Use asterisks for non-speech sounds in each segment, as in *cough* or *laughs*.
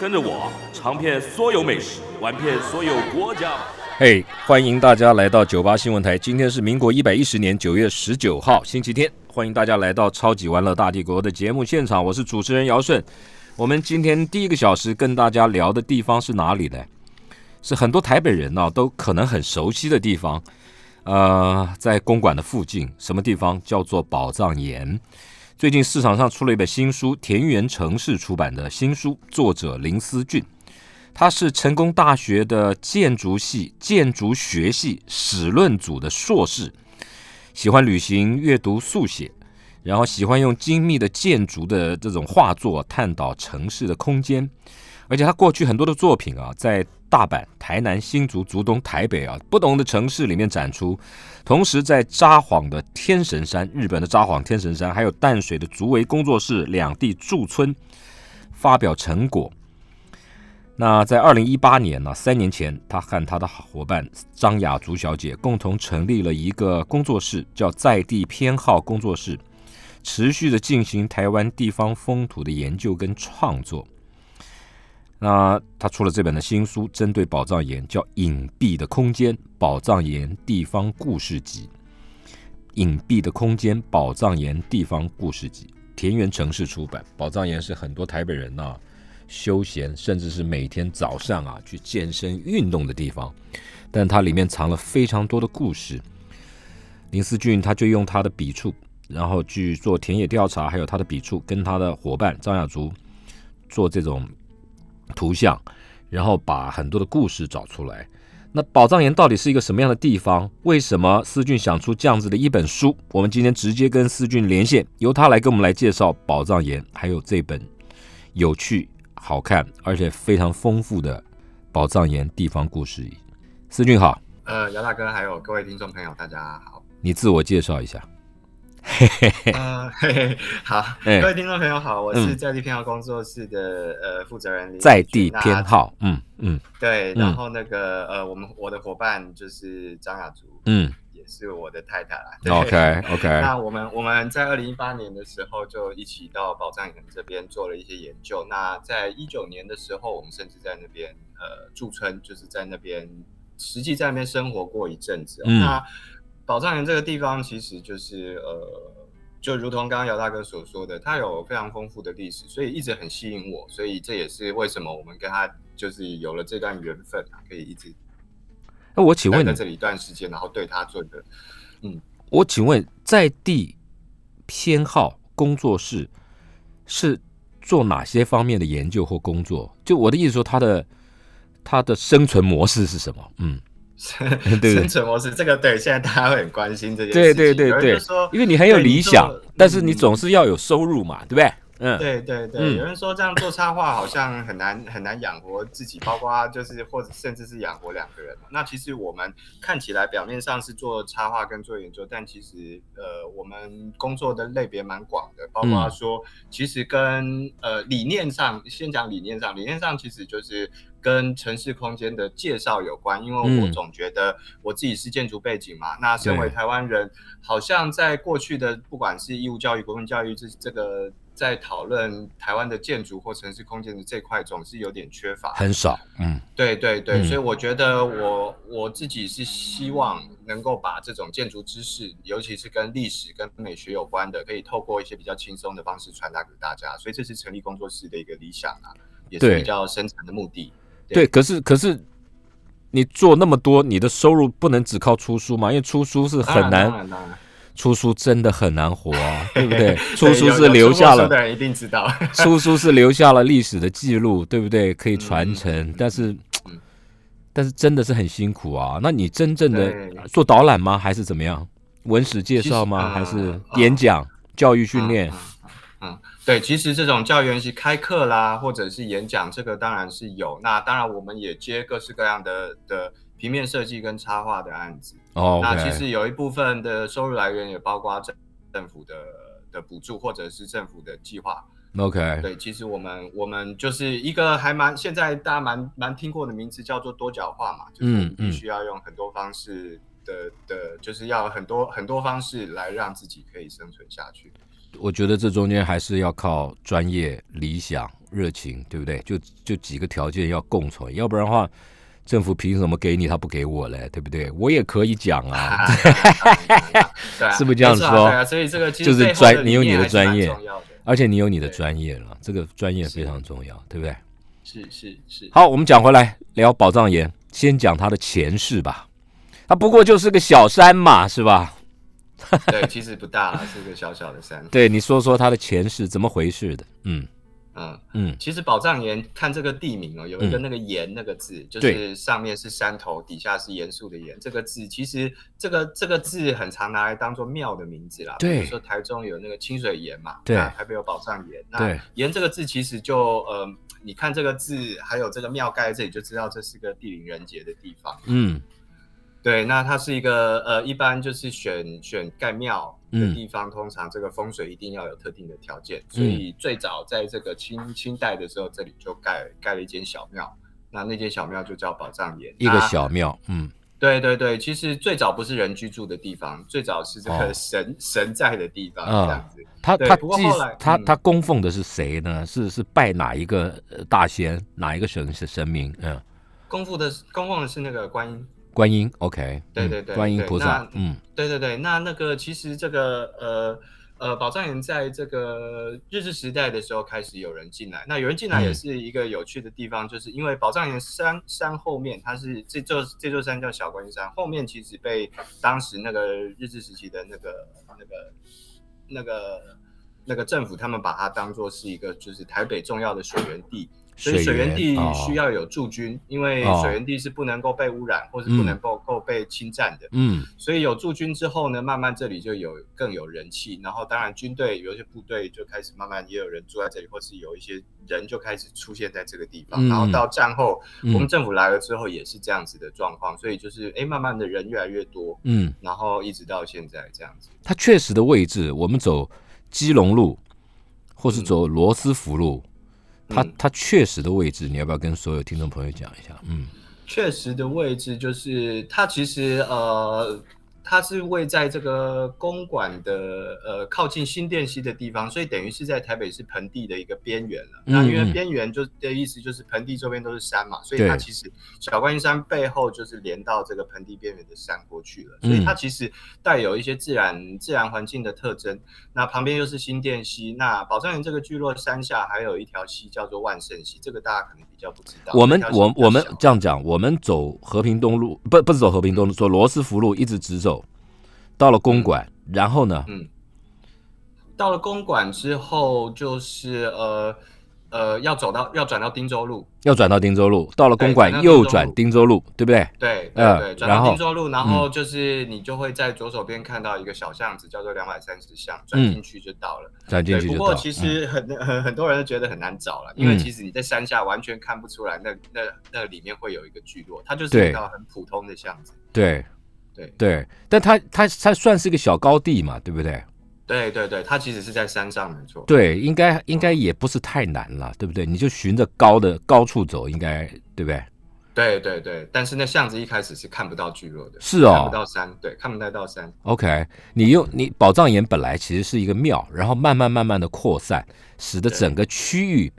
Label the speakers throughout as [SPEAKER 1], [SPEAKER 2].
[SPEAKER 1] 跟着我尝遍所有美食，玩遍所有国家吧。
[SPEAKER 2] 嘿欢迎大家来到九八新闻台。今天是民国一百一十年九月十九号，星期天。欢迎大家来到《超级玩乐大帝国》的节目现场，我是主持人姚顺。我们今天第一个小时跟大家聊的地方是哪里呢？是很多台北人呢、都可能很熟悉的地方，呃，在公馆的附近，什么地方叫做宝藏岩？最近市场上出了一本新书，田园城市出版的新书，作者林思俊。他是成功大学的建筑系建筑学系史论组的硕士，喜欢旅行、阅读、速写，然后喜欢用精密的建筑的这种画作探讨城市的空间。而且他过去很多的作品啊，在大阪、台南、新竹、竹东、台北啊不同的城市里面展出，同时在札幌的天神山、日本的札幌天神山，还有淡水的竹围工作室两地驻村发表成果。那在二零一八年呢、三年前，他和他的伙伴张雅竹小姐共同成立了一个工作室，叫在地偏好工作室，持续的进行台湾地方风土的研究跟创作。那他出了这本的新书，针对宝藏岩叫《隐蔽的空间：宝藏岩地方故事集》。隐蔽的空间，宝藏岩地方故事集，田园城市出版。宝藏岩是很多台北人呐、休闲，甚至是每天早上啊去健身运动的地方，但它里面藏了非常多的故事。林思俊他就用他的笔触，然后去做田野调查，还有他的笔触跟他的伙伴张雅竹做这种图像，然后把很多的故事找出来。那宝藏岩到底是一个什么样的地方？为什么思俊想出这样子的一本书？我们今天直接跟思俊连线，由他来跟我们来介绍宝藏岩，还有这本有趣、好看，而且非常丰富的宝藏岩地方故事集。思俊好，
[SPEAKER 3] 呃，姚大哥，还有各位听众朋友，大家好。
[SPEAKER 2] 你自我介绍一下。
[SPEAKER 3] 呃，嘿嘿，好，
[SPEAKER 2] 哎
[SPEAKER 3] 各位听众朋友好，我是
[SPEAKER 2] 嗯
[SPEAKER 3] 在地偏好工作室的呃负责人林
[SPEAKER 2] 在地
[SPEAKER 3] 俊
[SPEAKER 2] 偏。好，嗯嗯
[SPEAKER 3] 那对，
[SPEAKER 2] 嗯
[SPEAKER 3] 然后那个呃，我们我的伙伴就是张雅竹， *laughs*
[SPEAKER 2] 嗯哦
[SPEAKER 3] 也是我的太太啦。对
[SPEAKER 2] ，OK OK，
[SPEAKER 3] 那我们我们在二零一八年的时候就一起到宝藏岩这边做了一些研究。那在一九年的时候，我们甚至在那边呃驻村，就是在那边实际在那边生活过一阵子哦、
[SPEAKER 2] 嗯
[SPEAKER 3] 那宝藏岩这个地方其实就是呃，就如同刚刚姚大哥所说的，它有非常丰富的历史，所以一直很吸引我。所以这也是为什么我们跟他就是有了这段缘分啊，可以一直
[SPEAKER 2] 那我请
[SPEAKER 3] 待
[SPEAKER 2] 问你
[SPEAKER 3] 在，这里一段时间，然后对他做的
[SPEAKER 2] 我请问在地偏好工作室是做哪些方面的研究或工作？就我的意思说，它的它的生存模式是什么？
[SPEAKER 3] *laughs*
[SPEAKER 2] 嗯，对对
[SPEAKER 3] 生存模式，这个对，现在大家会很关心这件
[SPEAKER 2] 对
[SPEAKER 3] 事情。
[SPEAKER 2] 对对
[SPEAKER 3] 有人
[SPEAKER 2] 对
[SPEAKER 3] 就说，
[SPEAKER 2] 因为你很有理想
[SPEAKER 3] 对你做，
[SPEAKER 2] 但是你总
[SPEAKER 3] 嗯
[SPEAKER 2] 是要有收入嘛，对不对？嗯，
[SPEAKER 3] 对对对，
[SPEAKER 2] 嗯
[SPEAKER 3] 有人说这样做插画好像很难很难养活自己，包括就是或者甚至是养活两个人。那其实我们看起来表面上是做插画跟做研究，但其实呃，我们工作的类别蛮广的，包括
[SPEAKER 2] 嗯
[SPEAKER 3] 说其实跟呃理念上，先讲理念上，理念上其实就是。跟城市空间的介绍有关，因为我
[SPEAKER 2] 嗯
[SPEAKER 3] 总觉得我自己是建筑背景嘛，那身为
[SPEAKER 2] 对
[SPEAKER 3] 台湾人，好像在过去的不管是义务教育、国民教育这这个，在讨论台湾的建筑或城市空间的这块，总是有点缺乏。
[SPEAKER 2] 很少，嗯
[SPEAKER 3] 对对对，
[SPEAKER 2] 嗯
[SPEAKER 3] 所以我觉得我我自己是希望能够把这种建筑知识，尤其是跟历史、跟美学有关的，可以透过一些比较轻松的方式传达给大家。所以这是成立工作室的一个理想啊，也是
[SPEAKER 2] 对
[SPEAKER 3] 比较深层的目的。
[SPEAKER 2] 对，
[SPEAKER 3] 对
[SPEAKER 2] 可是可是你做那么多，你的收入不能只靠出书嘛？因为出书是很
[SPEAKER 3] 当然
[SPEAKER 2] 难，
[SPEAKER 3] 当然当然
[SPEAKER 2] 出书真的很难活啊，对不
[SPEAKER 3] *laughs*
[SPEAKER 2] 对？出
[SPEAKER 3] 对
[SPEAKER 2] 书
[SPEAKER 3] 有
[SPEAKER 2] 是
[SPEAKER 3] 有
[SPEAKER 2] 留
[SPEAKER 3] 过
[SPEAKER 2] 下
[SPEAKER 3] 书
[SPEAKER 2] 了
[SPEAKER 3] 的人一定知道。 *laughs*
[SPEAKER 2] 出书是留下了历史的记录，对不对？可以传承，但是
[SPEAKER 3] 嗯
[SPEAKER 2] 但是真的是很辛苦啊。那你真正的
[SPEAKER 3] 对
[SPEAKER 2] 做导览吗？还是怎么样？文史介绍吗？还
[SPEAKER 3] 其实
[SPEAKER 2] 是
[SPEAKER 3] 啊
[SPEAKER 2] 演讲、教育训练？
[SPEAKER 3] 嗯嗯嗯对，其实这种教研习开课啦，或者是演讲，这个当然是有。那当然，我们也接各式各样的的平面设计跟插画的案子。
[SPEAKER 2] 哦，
[SPEAKER 3] 嗯那其实有一部分的收入来源也包括政政府的的补助，或者是政府的计划。
[SPEAKER 2] OK，
[SPEAKER 3] 对，其实我们我们就是一个还蛮现在大家蛮蛮听过的名词，叫做多角化嘛，就是我
[SPEAKER 2] 嗯
[SPEAKER 3] 们
[SPEAKER 2] 嗯
[SPEAKER 3] 必须要用很多方式的的，就是要很多很多方式来让自己可以生存下去。
[SPEAKER 2] 我觉得这中间还是要靠专业、理想、热情，对不对？就就几个条件要共存，要不然的话，政府凭什么给你，他不给我嘞，对不对？我也可以讲啊，
[SPEAKER 3] *laughs* 对啊，
[SPEAKER 2] 是不是这样
[SPEAKER 3] 没错啊
[SPEAKER 2] 说
[SPEAKER 3] 对啊，所以这个其实
[SPEAKER 2] 就是
[SPEAKER 3] 背后
[SPEAKER 2] 专
[SPEAKER 3] 的
[SPEAKER 2] 你
[SPEAKER 3] 理
[SPEAKER 2] 有
[SPEAKER 3] 念
[SPEAKER 2] 你的
[SPEAKER 3] 还是蛮
[SPEAKER 2] 专业
[SPEAKER 3] 重要的
[SPEAKER 2] 而且你有你的
[SPEAKER 3] 对
[SPEAKER 2] 专业了，这个专业非常重要，对不对？
[SPEAKER 3] 是是是，
[SPEAKER 2] 好，我们讲回来聊宝藏岩，先讲他的前世吧。他不过就是个小山嘛，是吧？
[SPEAKER 3] 对，其实不大了，是个小小的山。
[SPEAKER 2] 对，你说说他的前世怎么回事的？嗯
[SPEAKER 3] 嗯，
[SPEAKER 2] 嗯，
[SPEAKER 3] 其实宝藏岩看这个地名哦，有一个
[SPEAKER 2] 嗯
[SPEAKER 3] 那个岩那个字，就
[SPEAKER 2] 对
[SPEAKER 3] 是上面是山头，底下是严肃的严。这个字其实这个这个字很常拿来当做庙的名字啦，
[SPEAKER 2] 对
[SPEAKER 3] 比如说台中有那个清水岩嘛，
[SPEAKER 2] 对
[SPEAKER 3] 那台北有宝藏岩，
[SPEAKER 2] 对
[SPEAKER 3] 那岩这个字其实就呃，你看这个字还有这个庙盖这里就知道这是个地灵人杰的地方。
[SPEAKER 2] 嗯
[SPEAKER 3] 对，那它是一个呃，一般就是选选盖庙
[SPEAKER 2] 嗯
[SPEAKER 3] 的地方，通常这个风水一定要有特定的条件，所以最早在这个清清代的时候，这里就盖盖了一间小庙，那那间小庙就叫宝藏岩，
[SPEAKER 2] 一个
[SPEAKER 3] 那
[SPEAKER 2] 小庙，
[SPEAKER 3] 啊
[SPEAKER 2] 嗯，
[SPEAKER 3] 对对对，其实最早不是人居住的地方，最早是这
[SPEAKER 2] 哦
[SPEAKER 3] 个神、神在的地方，
[SPEAKER 2] 啊
[SPEAKER 3] 这样子。
[SPEAKER 2] 他
[SPEAKER 3] 对
[SPEAKER 2] 他
[SPEAKER 3] 不过
[SPEAKER 2] 祭
[SPEAKER 3] 后来
[SPEAKER 2] 他
[SPEAKER 3] 嗯
[SPEAKER 2] 他供奉的是谁呢？是是拜哪一个呃大仙，哪一个神是神明？嗯，
[SPEAKER 3] 供奉的供奉的是那个观音，
[SPEAKER 2] 观音，OK，
[SPEAKER 3] 对
[SPEAKER 2] 嗯
[SPEAKER 3] 对对
[SPEAKER 2] 观音
[SPEAKER 3] 对
[SPEAKER 2] 菩萨
[SPEAKER 3] 那，
[SPEAKER 2] 嗯
[SPEAKER 3] 对对对，那那个其实这个呃呃，宝藏岩在这个日治时代的时候开始有人进来，那有人进来也
[SPEAKER 2] 嗯
[SPEAKER 3] 是一个有趣的地方，就是因为宝藏岩山山后面，它是这座这座山叫小观音山，后面其实被当时那个日治时期的那个那个那个那个政府，他们把它当做是一个就是台北重要的水源地，所以水源地
[SPEAKER 2] 哦
[SPEAKER 3] 需要有驻军，因为
[SPEAKER 2] 哦
[SPEAKER 3] 水源地是不能够被污染或是
[SPEAKER 2] 嗯
[SPEAKER 3] 不能够够被侵占的。
[SPEAKER 2] 嗯
[SPEAKER 3] 所以有驻军之后呢，慢慢这里就有更有人气，然后当然军队有一些部队就开始慢慢也有人住在这里，或是有一些人就开始出现在这个地方。
[SPEAKER 2] 嗯
[SPEAKER 3] 然后到战后，我们
[SPEAKER 2] 嗯
[SPEAKER 3] 政府来了之后也是这样子的状况，所以就是哎，慢慢的人越来越多，
[SPEAKER 2] 嗯，
[SPEAKER 3] 然后一直到现在这样子。
[SPEAKER 2] 它确实的位置，我们走基隆路，或是走罗斯福路，它
[SPEAKER 3] 嗯
[SPEAKER 2] 它确实的位置，你要不要跟所有听众朋友讲一下？嗯
[SPEAKER 3] 确实的位置就是它其实呃，它是位在这个公馆的呃靠近新店溪的地方，所以等于是在台北市盆地的一个边缘了。那因
[SPEAKER 2] 嗯嗯
[SPEAKER 3] 为边缘就的意思就是盆地周边都是山嘛，所以
[SPEAKER 2] 对
[SPEAKER 3] 它其实小观音山背后就是连到这个盆地边缘的山过去了，所以它
[SPEAKER 2] 嗯
[SPEAKER 3] 其实带有一些自然自然环境的特征。那旁边又是新店溪，那宝藏岩这个聚落山下还有一条溪叫做万盛溪，这个大家可能比较不知道。
[SPEAKER 2] 我们
[SPEAKER 3] 这条溪
[SPEAKER 2] 我
[SPEAKER 3] 比较
[SPEAKER 2] 我们
[SPEAKER 3] 小
[SPEAKER 2] 这样讲，我们走和平东路，不不是走和平东路，走罗斯福路一直直走，到了公馆，然后呢，
[SPEAKER 3] 嗯，到了公馆之后，就是呃呃，要走到要转到汀州路，
[SPEAKER 2] 要转到汀州路，到了公馆
[SPEAKER 3] 对转到汀州
[SPEAKER 2] 又
[SPEAKER 3] 路
[SPEAKER 2] 转汀州路，对不对？
[SPEAKER 3] 对
[SPEAKER 2] 呃
[SPEAKER 3] 对对，转
[SPEAKER 2] 然
[SPEAKER 3] 到
[SPEAKER 2] 后嗯
[SPEAKER 3] 汀州路，然后就是你就会在左手边看到一个小巷子，叫做两百三十巷，转
[SPEAKER 2] 嗯
[SPEAKER 3] 进去就到了。
[SPEAKER 2] 转进
[SPEAKER 3] 对，
[SPEAKER 2] 去
[SPEAKER 3] 不
[SPEAKER 2] 就
[SPEAKER 3] 过
[SPEAKER 2] 到。
[SPEAKER 3] 其
[SPEAKER 2] 嗯
[SPEAKER 3] 实很很很多人都觉得很难找了，因为
[SPEAKER 2] 嗯
[SPEAKER 3] 其实你在山下完全看不出来那那那里面会有一个聚落，它就是
[SPEAKER 2] 对
[SPEAKER 3] 一条很普通的巷子。
[SPEAKER 2] 对
[SPEAKER 3] 对
[SPEAKER 2] 对，但它它它算是一个小高地嘛，对不对？
[SPEAKER 3] 对对对，它其实是在山上，没错。
[SPEAKER 2] 对，应该应该也不是太难了，对不对？你就循着高的高处走，应该对不对？
[SPEAKER 3] 对对对，但是那巷子一开始是看不到聚落的，
[SPEAKER 2] 是哦
[SPEAKER 3] 看不到山，对，看不太到山。
[SPEAKER 2] OK，你用你宝藏岩本来其实是一个庙，然后慢慢慢慢的扩散，使得
[SPEAKER 3] 对
[SPEAKER 2] 整个区域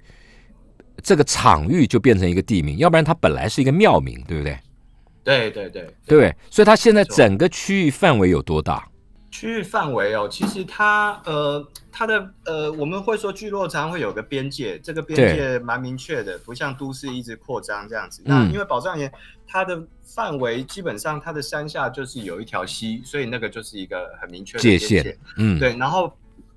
[SPEAKER 2] 这个场域就变成一个地名，要不然它本来是一个庙名，对不对？
[SPEAKER 3] 对对对，
[SPEAKER 2] 对不对？所以它现在
[SPEAKER 3] 没错
[SPEAKER 2] 整个区域范围有多大？
[SPEAKER 3] 区域范围哦，其实它呃它的呃，我们会说聚落常会有个边界，这个边界蛮明确的，不像都市一直扩张这样子。那
[SPEAKER 2] 嗯
[SPEAKER 3] 因为宝藏岩它的范围基本上它的山下就是有一条溪，所以那个就是一个很明确的
[SPEAKER 2] 界
[SPEAKER 3] 边
[SPEAKER 2] 限嗯，，
[SPEAKER 3] 对，然后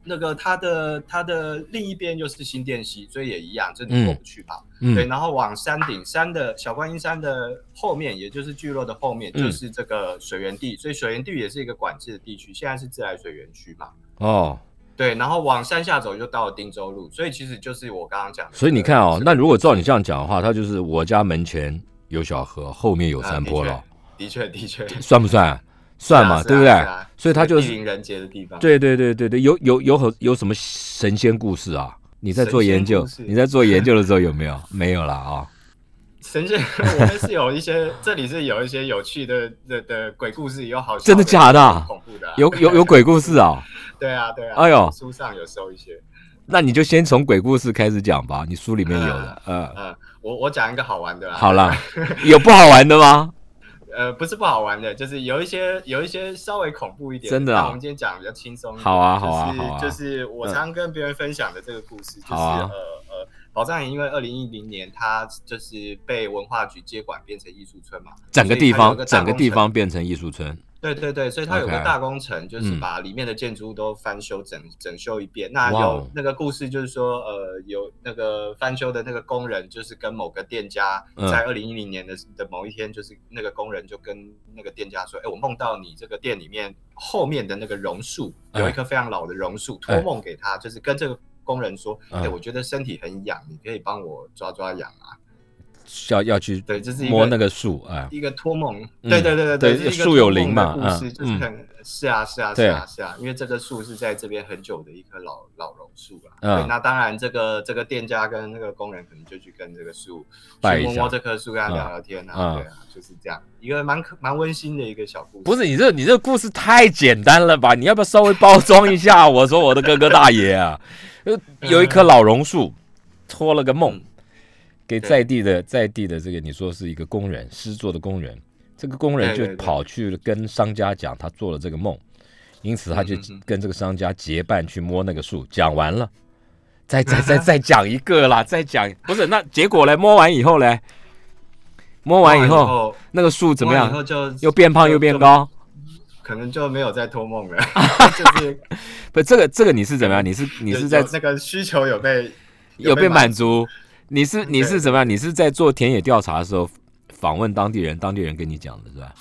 [SPEAKER 3] 那个它的它的另一边又是新店溪，所以也一样，这你过不去嘛。对，
[SPEAKER 2] 嗯，
[SPEAKER 3] 然后往山顶山的小观音山的后面，也就是聚落的后面，
[SPEAKER 2] 嗯
[SPEAKER 3] 就是这个水源地，所以水源地也是一个管制的地区，现在是自来水园区嘛。
[SPEAKER 2] 哦，
[SPEAKER 3] 对，然后往山下走就到了汀州路，所以其实就是我刚刚讲的。
[SPEAKER 2] 所以你看哦，那如果照你这样讲的话，它就是我家门前有小河，后面有山坡了，
[SPEAKER 3] 啊呃的确的确，的确
[SPEAKER 2] 算不算啊？算嘛，
[SPEAKER 3] 是啊
[SPEAKER 2] 对不对？
[SPEAKER 3] 是啊
[SPEAKER 2] 所以它就
[SPEAKER 3] 地灵
[SPEAKER 2] 是
[SPEAKER 3] 人杰的地方。
[SPEAKER 2] 对对对对对，有有有很有什么神仙故事啊？你在做
[SPEAKER 3] 神仙
[SPEAKER 2] 研究
[SPEAKER 3] 故，事
[SPEAKER 2] 你在做研究的时候有没有？没有啦啊、
[SPEAKER 3] 神仙， *laughs* 我们是有一些，这里是有一些有趣的的的鬼故事，有好笑
[SPEAKER 2] 真的假的啊
[SPEAKER 3] 有恐怖的啊、
[SPEAKER 2] 有有有鬼故事啊、
[SPEAKER 3] 对啊对啊，
[SPEAKER 2] 哎呦
[SPEAKER 3] 书上有收一些。
[SPEAKER 2] 那你就先从鬼故事开始讲吧，你书里面有的，呃，
[SPEAKER 3] 嗯，我我讲一个好玩的啊。
[SPEAKER 2] 好啦，有不好玩的吗？
[SPEAKER 3] 呃，不是不好玩的，就是有一些有一些稍微恐怖一点。
[SPEAKER 2] 真的啊
[SPEAKER 3] 那我们今天讲比较轻松一点。
[SPEAKER 2] 好啊好啊好啊
[SPEAKER 3] 就是就是我常跟别人分享的这个故事，就是、
[SPEAKER 2] 好啊
[SPEAKER 3] 呃呃，宝藏岩因为二零一零年它就是被文化局接管变成艺术村嘛，
[SPEAKER 2] 整个
[SPEAKER 3] 所以
[SPEAKER 2] 地
[SPEAKER 3] 它有
[SPEAKER 2] 方
[SPEAKER 3] 一，大
[SPEAKER 2] 整个
[SPEAKER 3] 工
[SPEAKER 2] 地
[SPEAKER 3] 程
[SPEAKER 2] 方变成艺术村，
[SPEAKER 3] 对对对，所以它有个
[SPEAKER 2] OK
[SPEAKER 3] 大工程，就是
[SPEAKER 2] 嗯
[SPEAKER 3] 把里面的建筑物都翻修整整修一遍。那
[SPEAKER 2] 哇哦
[SPEAKER 3] 有那个故事就是说，呃，有那个翻修的那个工人，就是跟某个店家
[SPEAKER 2] 嗯
[SPEAKER 3] 在二零一零年的的某一天，就是那个工人就跟那个店家说：“哎，我梦到你这个店里面后面的那个榕树有
[SPEAKER 2] 嗯
[SPEAKER 3] 一棵非常老的榕树，
[SPEAKER 2] 哎
[SPEAKER 3] 托梦给他，就是跟这个工人说：‘哎，
[SPEAKER 2] 嗯
[SPEAKER 3] 我觉得身体很痒，你可以帮我抓抓痒啊。
[SPEAKER 2] 要要去’
[SPEAKER 3] 对，这是一
[SPEAKER 2] 摸
[SPEAKER 3] 个
[SPEAKER 2] 那个树啊、
[SPEAKER 3] 一个托梦，
[SPEAKER 2] 嗯
[SPEAKER 3] 对对对
[SPEAKER 2] 对
[SPEAKER 3] 对，这是一个
[SPEAKER 2] 树有灵嘛
[SPEAKER 3] 托梦的故事
[SPEAKER 2] 嗯
[SPEAKER 3] 就是很是啊是啊是
[SPEAKER 2] 对
[SPEAKER 3] 啊是啊，因为这棵树是在这边很久的一棵老老榕树啊。
[SPEAKER 2] 嗯
[SPEAKER 3] 对，那当然这个这个店家跟那个工人可能就去跟这个树
[SPEAKER 2] 拜
[SPEAKER 3] 去
[SPEAKER 2] 一下
[SPEAKER 3] 摸摸这棵树，跟他聊聊天
[SPEAKER 2] 嗯
[SPEAKER 3] 啊，对啊，就是这样一个蛮可蛮温馨的一个小故事。
[SPEAKER 2] 不是你这你这故事太简单了吧？你要不要稍微包装一下？我说我的哥哥大爷
[SPEAKER 3] *laughs*
[SPEAKER 2] 啊，呃有一棵老榕树，托了个梦
[SPEAKER 3] 嗯，
[SPEAKER 2] 给
[SPEAKER 3] 对
[SPEAKER 2] 在地的在地的这个你说是一个工人失作的工人，这个工人
[SPEAKER 3] 对
[SPEAKER 2] 就
[SPEAKER 3] 对对
[SPEAKER 2] 跑去跟商家讲他做了这个梦，因此他就
[SPEAKER 3] 嗯嗯嗯
[SPEAKER 2] 跟这个商家结伴去摸那个树。讲完了，再再
[SPEAKER 3] *laughs*
[SPEAKER 2] 再再讲一个啦，再讲不是那结果嘞？摸完以后嘞，摸
[SPEAKER 3] 摸
[SPEAKER 2] 完
[SPEAKER 3] 完
[SPEAKER 2] 以后
[SPEAKER 3] 后
[SPEAKER 2] 那个树怎么
[SPEAKER 3] 摸完以后
[SPEAKER 2] 样？
[SPEAKER 3] 就
[SPEAKER 2] 又变胖又变，高？
[SPEAKER 3] 就可能就没有再托梦了，
[SPEAKER 2] *laughs*
[SPEAKER 3] 就是
[SPEAKER 2] 不，这个这个你是怎么样？你是你是在
[SPEAKER 3] 有那个需求有被
[SPEAKER 2] 有被满
[SPEAKER 3] 满
[SPEAKER 2] 足？你是你是
[SPEAKER 3] 对
[SPEAKER 2] 怎么样？你是在做田野调查的时候访问当地人，当地人跟你讲的是吧？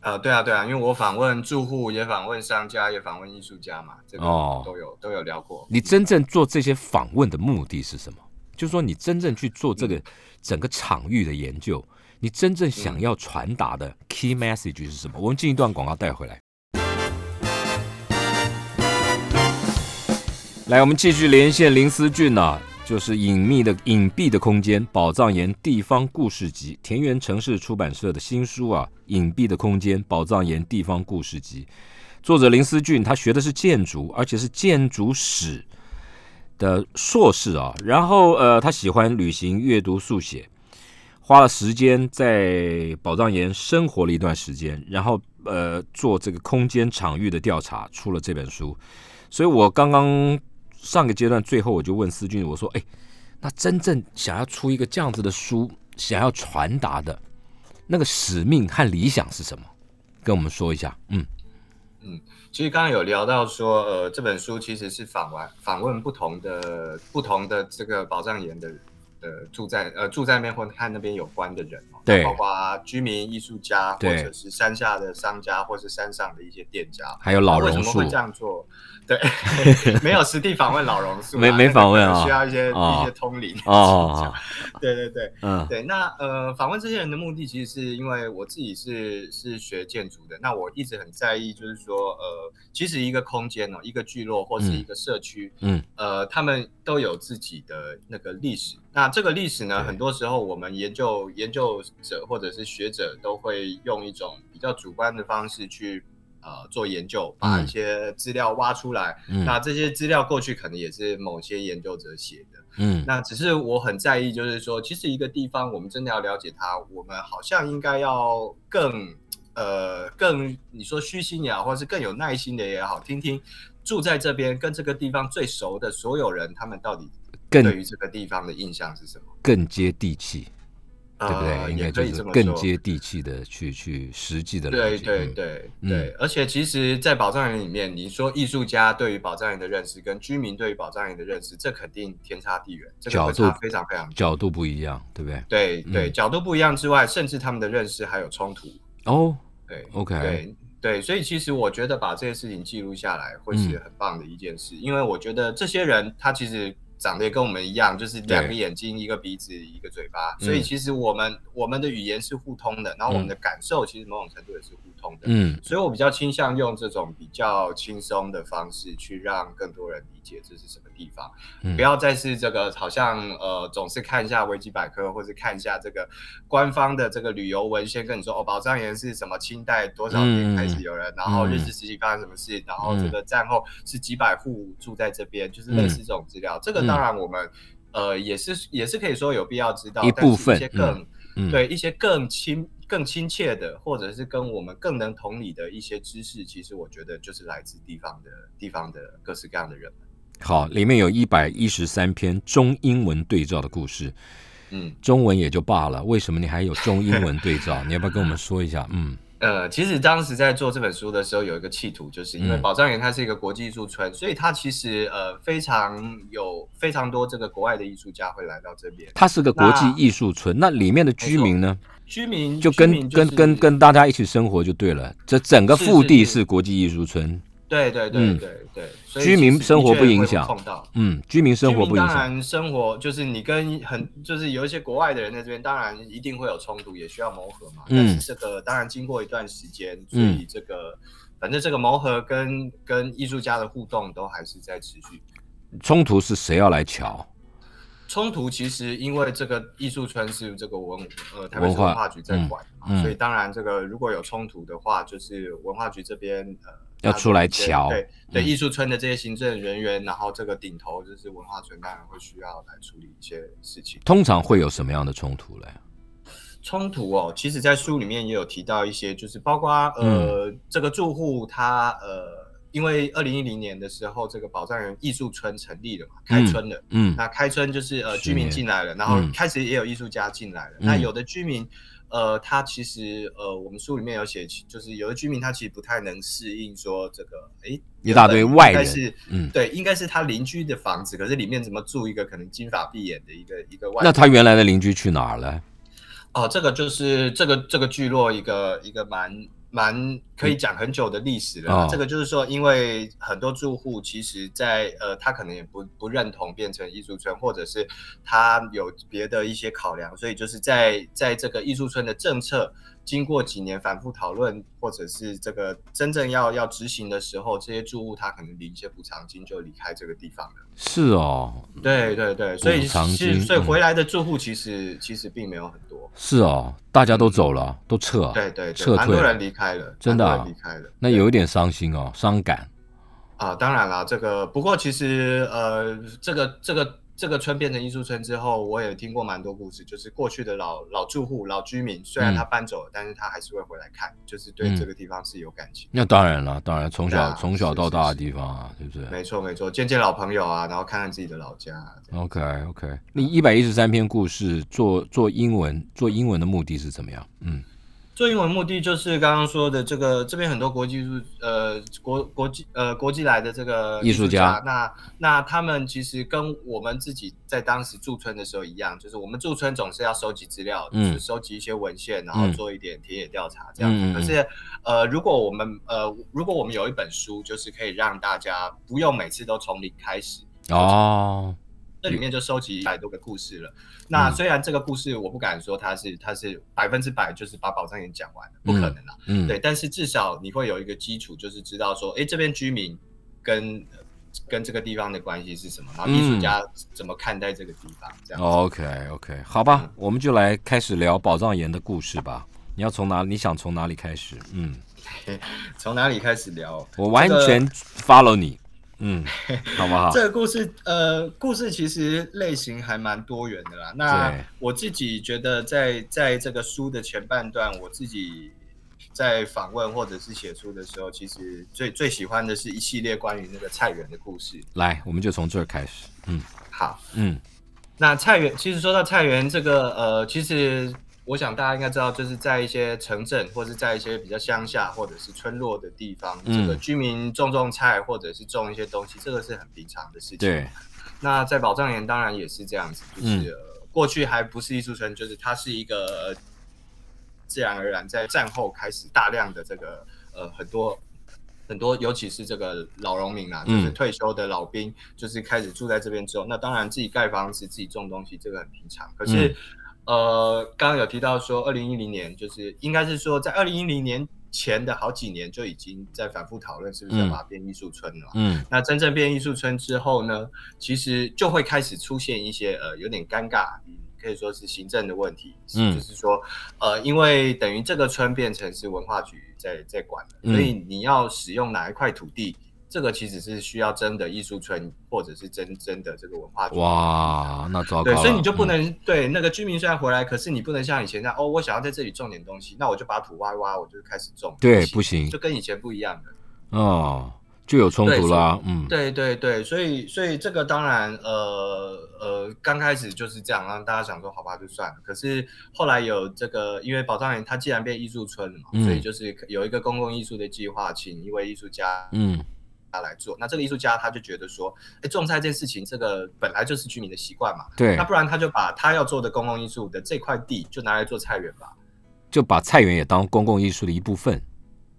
[SPEAKER 3] 呃，对啊，对啊，因为我访问住户，也访问商家，也访问艺术家嘛，这个
[SPEAKER 2] 哦
[SPEAKER 3] 都有、都有聊过。
[SPEAKER 2] 你真正做这些访问的目的是什么？就是说你真正去做这个整个场域的研究，你真正想要传达的 key message 是什么？我们进一段广告带回来。来，我们继续连线林思俊啊，就是《隐秘的隐蔽的空间：宝藏岩地方故事集》，田园城市出版社的新书啊，《隐蔽的空间：宝藏岩地方故事集》。作者林思俊，他学的是建筑，而且是建筑史的硕士啊。然后呃，他喜欢旅行、阅读、速写，花了时间在宝藏岩生活了一段时间，然后呃做这个空间场域的调查，出了这本书。所以我刚刚上个阶段最后我就问思俊，我说：“哎，那真正想要出一个这样子的书，想要传达的那个使命和理想是什么？”跟我们说一下，嗯，
[SPEAKER 3] 其实刚刚有聊到说，呃，这本书其实是访问访问不同的不同的这个宝藏岩的呃住在呃住在那边或和那边有关的人、哦，
[SPEAKER 2] 对
[SPEAKER 3] 包括居民、艺术家，或
[SPEAKER 2] 对
[SPEAKER 3] 者是山下的商家，或是山上的一些店家。
[SPEAKER 2] 还有老
[SPEAKER 3] 为
[SPEAKER 2] 榕
[SPEAKER 3] 什么
[SPEAKER 2] 树
[SPEAKER 3] 会，这样做？
[SPEAKER 2] *laughs*
[SPEAKER 3] 对，没有实地访问老榕树啊，
[SPEAKER 2] 没没
[SPEAKER 3] 那个
[SPEAKER 2] 访问
[SPEAKER 3] 可能
[SPEAKER 2] 啊
[SPEAKER 3] 需要一些
[SPEAKER 2] 哦
[SPEAKER 3] 一些通灵
[SPEAKER 2] 哦，
[SPEAKER 3] *laughs* 对对对。
[SPEAKER 2] 嗯
[SPEAKER 3] 对，那呃，访问这些人的目的，其实是因为我自己是是学建筑的，那我一直很在意，就是说，呃，其实一个空间哦，一个聚落或是一个社区，
[SPEAKER 2] 嗯，
[SPEAKER 3] 呃，他们都有自己的那个历史。那这个历史呢，
[SPEAKER 2] 对
[SPEAKER 3] 很多时候我们研究研究者或者是学者都会用一种比较主观的方式去呃做研究，把
[SPEAKER 2] 嗯
[SPEAKER 3] 一些资料挖出来。
[SPEAKER 2] 嗯
[SPEAKER 3] 那这些资料过去可能也是某些研究者写的。
[SPEAKER 2] 嗯
[SPEAKER 3] 那只是我很在意，就是说，其实一个地方我们真的要了解它，我们好像应该要更呃更你说虚心也好，或是更有耐心的也好，听听住在这边跟这个地方最熟的所有人，他们到底对
[SPEAKER 2] 更
[SPEAKER 3] 于这个地方的印象是什么？
[SPEAKER 2] 更接地气，对不
[SPEAKER 3] 呃
[SPEAKER 2] 对？应该
[SPEAKER 3] 也
[SPEAKER 2] 就
[SPEAKER 3] 可以
[SPEAKER 2] 是
[SPEAKER 3] 这么
[SPEAKER 2] 更
[SPEAKER 3] 说。
[SPEAKER 2] 接地气的去去实际的了
[SPEAKER 3] 对
[SPEAKER 2] 解
[SPEAKER 3] 对
[SPEAKER 2] 嗯
[SPEAKER 3] 对
[SPEAKER 2] 嗯
[SPEAKER 3] 对，而且其实，在宝藏园里面，你说艺术家对于宝藏园的认识跟居民对于宝藏园的认识，这肯定天差地远，这个
[SPEAKER 2] 角
[SPEAKER 3] 会
[SPEAKER 2] 度
[SPEAKER 3] 差非常非常多。
[SPEAKER 2] 角度不一样，对不对？
[SPEAKER 3] 对
[SPEAKER 2] 嗯
[SPEAKER 3] 对，角度不一样之外，甚至他们的认识还有冲突。
[SPEAKER 2] 哦，
[SPEAKER 3] 对
[SPEAKER 2] OK
[SPEAKER 3] 对对，所以其实我觉得把这些事情记录下来会
[SPEAKER 2] 嗯
[SPEAKER 3] 是很棒的一件事，因为我觉得这些人他其实长得也跟我们一样，就是两个
[SPEAKER 2] 对
[SPEAKER 3] 眼睛、一个鼻子、一个嘴巴，
[SPEAKER 2] 嗯
[SPEAKER 3] 所以其实我们我们的语言是互通的，然后我们的感受其实某种程度也是互通的，
[SPEAKER 2] 嗯
[SPEAKER 3] 所以我比较倾向用这种比较轻松的方式去让更多人理解这是什么地方，
[SPEAKER 2] 嗯
[SPEAKER 3] 不要再是这个好像呃总是看一下维基百科或是看一下这个官方的这个旅游文献跟你说哦宝藏岩是什么清代多少年开始有人，然
[SPEAKER 2] 嗯
[SPEAKER 3] 后日治时期发生什么事，然后这个战后是几百户住在这边，就是类似
[SPEAKER 2] 嗯
[SPEAKER 3] 这种资料，这个当然我们。呃，也是也是可以说有必要知道
[SPEAKER 2] 一
[SPEAKER 3] 但是
[SPEAKER 2] 部分
[SPEAKER 3] 一些更、
[SPEAKER 2] 嗯，
[SPEAKER 3] 对一些更亲、更亲切的，或者是跟我们更能同理的一些知识，其实我觉得就是来自地方的地方的各式各样的人们。
[SPEAKER 2] 好，里面有一百一十三篇中英文对照的故事，
[SPEAKER 3] 嗯，
[SPEAKER 2] 中文也就罢了，为什么你还有中英文对
[SPEAKER 3] *laughs*
[SPEAKER 2] 照？你要不要跟我们说一下？嗯
[SPEAKER 3] 呃，其实当时在做这本书的时候，有一个企图，就是因为
[SPEAKER 2] 嗯
[SPEAKER 3] 宝藏园它是一个国际艺术村，所以它其实呃非常有非常多这个国外的艺术家会来到这边，
[SPEAKER 2] 它是个国际艺术村，那里面的居民呢，
[SPEAKER 3] 居民
[SPEAKER 2] 就
[SPEAKER 3] 居
[SPEAKER 2] 跟
[SPEAKER 3] 民
[SPEAKER 2] 跟
[SPEAKER 3] 是
[SPEAKER 2] 跟跟大家一起生活就对了。这整个
[SPEAKER 3] 是
[SPEAKER 2] 腹地
[SPEAKER 3] 是
[SPEAKER 2] 是国际艺术村，
[SPEAKER 3] 对对对
[SPEAKER 2] 嗯
[SPEAKER 3] 对对，所以
[SPEAKER 2] 居民
[SPEAKER 3] 其实
[SPEAKER 2] 生活
[SPEAKER 3] 的确
[SPEAKER 2] 不影
[SPEAKER 3] 会
[SPEAKER 2] 响
[SPEAKER 3] 碰到。
[SPEAKER 2] 嗯，居民生活
[SPEAKER 3] 居
[SPEAKER 2] 不
[SPEAKER 3] 民
[SPEAKER 2] 影
[SPEAKER 3] 当
[SPEAKER 2] 响。
[SPEAKER 3] 然，生活就是你跟很就是有一些国外的人在这边，当然一定会有冲突，也需要磨合嘛。
[SPEAKER 2] 嗯
[SPEAKER 3] 但是这个当然经过一段时间，所以这个、反正这个磨合跟跟艺术家的互动都还是在持续。
[SPEAKER 2] 冲突是谁要来瞧？
[SPEAKER 3] 冲突其实因为这个艺术村是这个文呃台北
[SPEAKER 2] 文
[SPEAKER 3] 市
[SPEAKER 2] 化
[SPEAKER 3] 文化局在管嘛，
[SPEAKER 2] 嗯嗯
[SPEAKER 3] 所以当然这个如果有冲突的话，就是文化局这边呃
[SPEAKER 2] 要出来
[SPEAKER 3] 他们
[SPEAKER 2] 瞧
[SPEAKER 3] 对对
[SPEAKER 2] 嗯
[SPEAKER 3] 艺术村的这些行政人员，然后这个顶头就是文化村，当然会需要来处理一些事情。
[SPEAKER 2] 通常会有什么样的冲突嘞？
[SPEAKER 3] 冲突哦，其实，在书里面也有提到一些，就是包括呃，
[SPEAKER 2] 嗯
[SPEAKER 3] 这个住户他呃，因为二零一零年的时候，这个宝藏园艺术村成立了嘛，开村了。
[SPEAKER 2] 嗯
[SPEAKER 3] 那开村就是呃，
[SPEAKER 2] 十
[SPEAKER 3] 居民
[SPEAKER 2] 年
[SPEAKER 3] 进来了，然后
[SPEAKER 2] 嗯
[SPEAKER 3] 开始也有艺术家进来了。
[SPEAKER 2] 嗯
[SPEAKER 3] 那有的居民，呃，他其实呃，我们书里面有写，就是有的居民他其实不太能适应说这个，诶，
[SPEAKER 2] 一大堆
[SPEAKER 3] 原本
[SPEAKER 2] 外
[SPEAKER 3] 应该
[SPEAKER 2] 人
[SPEAKER 3] 是
[SPEAKER 2] 嗯，
[SPEAKER 3] 对，应该是他邻居的房子，可是里面怎么住一个可能金发碧眼的一个一个外国人？
[SPEAKER 2] 那他原来的邻居去哪儿了？
[SPEAKER 3] 哦，这个就是这个这个聚落一个一个蛮蛮可以讲很久的历史了啦。
[SPEAKER 2] 嗯哦
[SPEAKER 3] 这个就是说，因为很多住户其实在，呃，他可能也不不认同变成艺术村，或者是他有别的一些考量，所以就是在在这个艺术村的政策。经过几年反复讨论，或者是这个真正要要执行的时候，这些住户他可能领一些补偿金就离开这个地方了。
[SPEAKER 2] 是哦，
[SPEAKER 3] 对对对，所以
[SPEAKER 2] 补偿金
[SPEAKER 3] 是所以
[SPEAKER 2] 嗯
[SPEAKER 3] 回来的住户其实、其实并没有很多。
[SPEAKER 2] 是哦，大家都走了，都撤，
[SPEAKER 3] 嗯对对对，
[SPEAKER 2] 撤
[SPEAKER 3] 蛮
[SPEAKER 2] 退
[SPEAKER 3] 多
[SPEAKER 2] 了
[SPEAKER 3] 人离开了，
[SPEAKER 2] 真的啊
[SPEAKER 3] 蛮多人离开了。
[SPEAKER 2] 那
[SPEAKER 3] 对
[SPEAKER 2] 有一点伤心哦，伤感。
[SPEAKER 3] 啊，当然啦，这个不过其实呃，这个这个这个村变成艺术村之后，我也听过蛮多故事，就是过去的老老住户、老居民，虽然
[SPEAKER 2] 嗯
[SPEAKER 3] 他搬走了，但是他还是会回来看，就是对
[SPEAKER 2] 嗯
[SPEAKER 3] 这个地方是有感情。
[SPEAKER 2] 那当然了，当然从
[SPEAKER 3] 对
[SPEAKER 2] 小
[SPEAKER 3] 啊
[SPEAKER 2] 从小
[SPEAKER 3] 是
[SPEAKER 2] 到
[SPEAKER 3] 是
[SPEAKER 2] 大的
[SPEAKER 3] 是
[SPEAKER 2] 地方啊，对不对
[SPEAKER 3] 没错没错，见见老朋友啊，然后看看自己的老家、啊。
[SPEAKER 2] ？OK OK，你一百一十三篇故事做做英文，做英文的目的是怎么样？嗯
[SPEAKER 3] 做英文目的就是刚刚说的这个，这边很多国际艺术呃国国际呃国际来的这个
[SPEAKER 2] 艺术家
[SPEAKER 3] 那那他们其实跟我们自己在当时驻村的时候一样，就是我们驻村总是要收集资料，
[SPEAKER 2] 嗯
[SPEAKER 3] 就是收集一些文献，然后
[SPEAKER 2] 嗯
[SPEAKER 3] 做一点田野调查这样子。
[SPEAKER 2] 嗯嗯嗯
[SPEAKER 3] 可是呃，如果我们呃如果我们有一本书，就是可以让大家不用每次都从零开始，
[SPEAKER 2] 哦，
[SPEAKER 3] 这里面就收集一百多个故事了。那
[SPEAKER 2] 嗯
[SPEAKER 3] 虽然这个故事我不敢说它是它是百分之百就是把宝藏岩讲完了，不可能啊啦。
[SPEAKER 2] 嗯，
[SPEAKER 3] 对，但是至少你会有一个基础，就是知道说，哎，这边居民跟跟这个地方的关系是什么，然后艺术
[SPEAKER 2] 嗯哦
[SPEAKER 3] 家怎么看待这个地方，这样子。
[SPEAKER 2] OK OK，好吧
[SPEAKER 3] 嗯，
[SPEAKER 2] 我们就来开始聊宝藏岩的故事吧。你要从哪？你想从哪里开始？嗯，
[SPEAKER 3] 从哪里开始聊？
[SPEAKER 2] 我完
[SPEAKER 3] 这个
[SPEAKER 2] 全 follow 你，
[SPEAKER 3] *laughs*
[SPEAKER 2] 嗯，好不好？
[SPEAKER 3] 这个故事，呃，故事其实类型还蛮多元的啦。那
[SPEAKER 2] 对
[SPEAKER 3] 我自己觉得在，在这个书的前半段，我自己在访问或者是写书的时候，其实最最喜欢的是一系列关于那个菜园的故事。
[SPEAKER 2] 来，我们就从这儿开始。嗯
[SPEAKER 3] 好，
[SPEAKER 2] 嗯，
[SPEAKER 3] 那菜园，其实说到菜园这个，呃，其实我想大家应该知道，就是在一些城镇，或是在一些比较乡下或者是村落的地方，
[SPEAKER 2] 嗯
[SPEAKER 3] 这个居民种种菜或者是种一些东西，这个是很平常的事情。
[SPEAKER 2] 对，
[SPEAKER 3] 那在宝藏岩当然也是这样子，就是、
[SPEAKER 2] 嗯
[SPEAKER 3] 呃过去还不是艺术村，就是它是一个呃自然而然在战后开始大量的这个呃很多很多，尤其是这个老农民啊，就是
[SPEAKER 2] 嗯
[SPEAKER 3] 退休的老兵，就是开始住在这边之后，那当然自己盖房子、自己种东西，这个很平常。可
[SPEAKER 2] 嗯
[SPEAKER 3] 是，呃，刚刚有提到说，二零一零年就是应该是说，在二零一零年前的好几年就已经在反复讨论是不是要
[SPEAKER 2] 嗯
[SPEAKER 3] 把它变艺术村了嘛。
[SPEAKER 2] 嗯
[SPEAKER 3] 那真正变艺术村之后呢，其实就会开始出现一些呃有点尴尬，嗯可以说是行政的问题，
[SPEAKER 2] 嗯
[SPEAKER 3] 就是说呃，因为等于这个村变成是文化局在在管了，
[SPEAKER 2] 嗯
[SPEAKER 3] 所以你要使用哪一块土地，这个其实是需要真的艺术村或者是真真的这个文化局。
[SPEAKER 2] 哇，那糟糕
[SPEAKER 3] 对，
[SPEAKER 2] 了。
[SPEAKER 3] 所以你就不
[SPEAKER 2] 嗯
[SPEAKER 3] 能、对那个居民虽然回来，可是你不能像以前那样哦，我想要在这里种点东西，那我就把土挖一挖，我就开始种。
[SPEAKER 2] 对不行
[SPEAKER 3] 就跟以前不一样的。
[SPEAKER 2] 哦，就有冲突啦。嗯，
[SPEAKER 3] 对对对，所以所以这个当然，呃呃，刚开始就是这样，让大家想说好吧就算了。可是后来有这个，因为宝藏园它既然变艺术村了嘛，
[SPEAKER 2] 嗯
[SPEAKER 3] 所以就是有一个公共艺术的计划，请一位艺术家
[SPEAKER 2] 嗯
[SPEAKER 3] 他来做。那这个艺术家他就觉得说，哎，种菜这件事情，这个本来就是居民的习惯嘛，
[SPEAKER 2] 对
[SPEAKER 3] 那，不然他就把他要做的公共艺术的这块地就拿来做菜园吧。
[SPEAKER 2] 就把菜园也当公共艺术的一部分。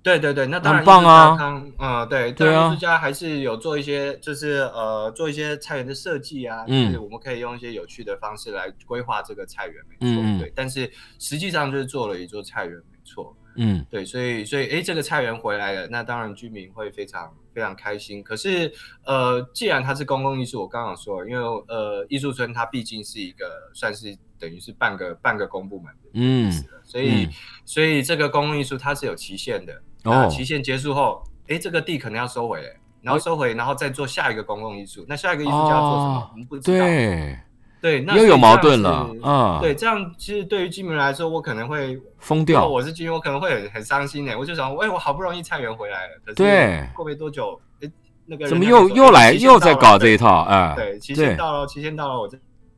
[SPEAKER 3] 对对对，那当然
[SPEAKER 2] 很棒啊
[SPEAKER 3] 嗯、呃对，
[SPEAKER 2] 对啊
[SPEAKER 3] 当然艺术家还是有做一些，就是呃，做一些菜园的设计啊，
[SPEAKER 2] 嗯
[SPEAKER 3] 就是我们可以用一些有趣的方式来规划这个菜园，没错，
[SPEAKER 2] 嗯嗯
[SPEAKER 3] 对。但是实际上就是做了一座菜园，没错，
[SPEAKER 2] 嗯
[SPEAKER 3] 对，所以所以诶，这个菜园回来了，那当然居民会非常非常开心。可是呃，既然它是公共艺术，我刚刚有说了，因为呃，艺术村它毕竟是一个算是等于是半个半个公部门的意
[SPEAKER 2] 嗯
[SPEAKER 3] 思了，所以、
[SPEAKER 2] 嗯
[SPEAKER 3] 所以这个公共艺术它是有期限的。那
[SPEAKER 2] 哦
[SPEAKER 3] 期限结束后，哎、这个地可能要收回、诶然后收回，然后再做下一个公共艺术。那下一个艺术家要做什么？
[SPEAKER 2] 哦
[SPEAKER 3] 我们不知道。
[SPEAKER 2] 对，
[SPEAKER 3] 对，那
[SPEAKER 2] 又有矛盾了
[SPEAKER 3] 所以这样是
[SPEAKER 2] 啊
[SPEAKER 3] 对，这样其实对于居民来说，我可能会
[SPEAKER 2] 疯
[SPEAKER 3] 如
[SPEAKER 2] 掉
[SPEAKER 3] 果。我是居民，我可能会很很伤心呢、我就想，哎、我好不容易菜园回来了，可是
[SPEAKER 2] 对
[SPEAKER 3] 过没多久，哎、那个人
[SPEAKER 2] 怎么
[SPEAKER 3] 家
[SPEAKER 2] 又
[SPEAKER 3] 就说
[SPEAKER 2] 又
[SPEAKER 3] 诶
[SPEAKER 2] 来
[SPEAKER 3] 期限
[SPEAKER 2] 又
[SPEAKER 3] 到
[SPEAKER 2] 在
[SPEAKER 3] 了
[SPEAKER 2] 搞这一套啊？
[SPEAKER 3] 对，期限
[SPEAKER 2] 对
[SPEAKER 3] 到了，期限到了，我这这个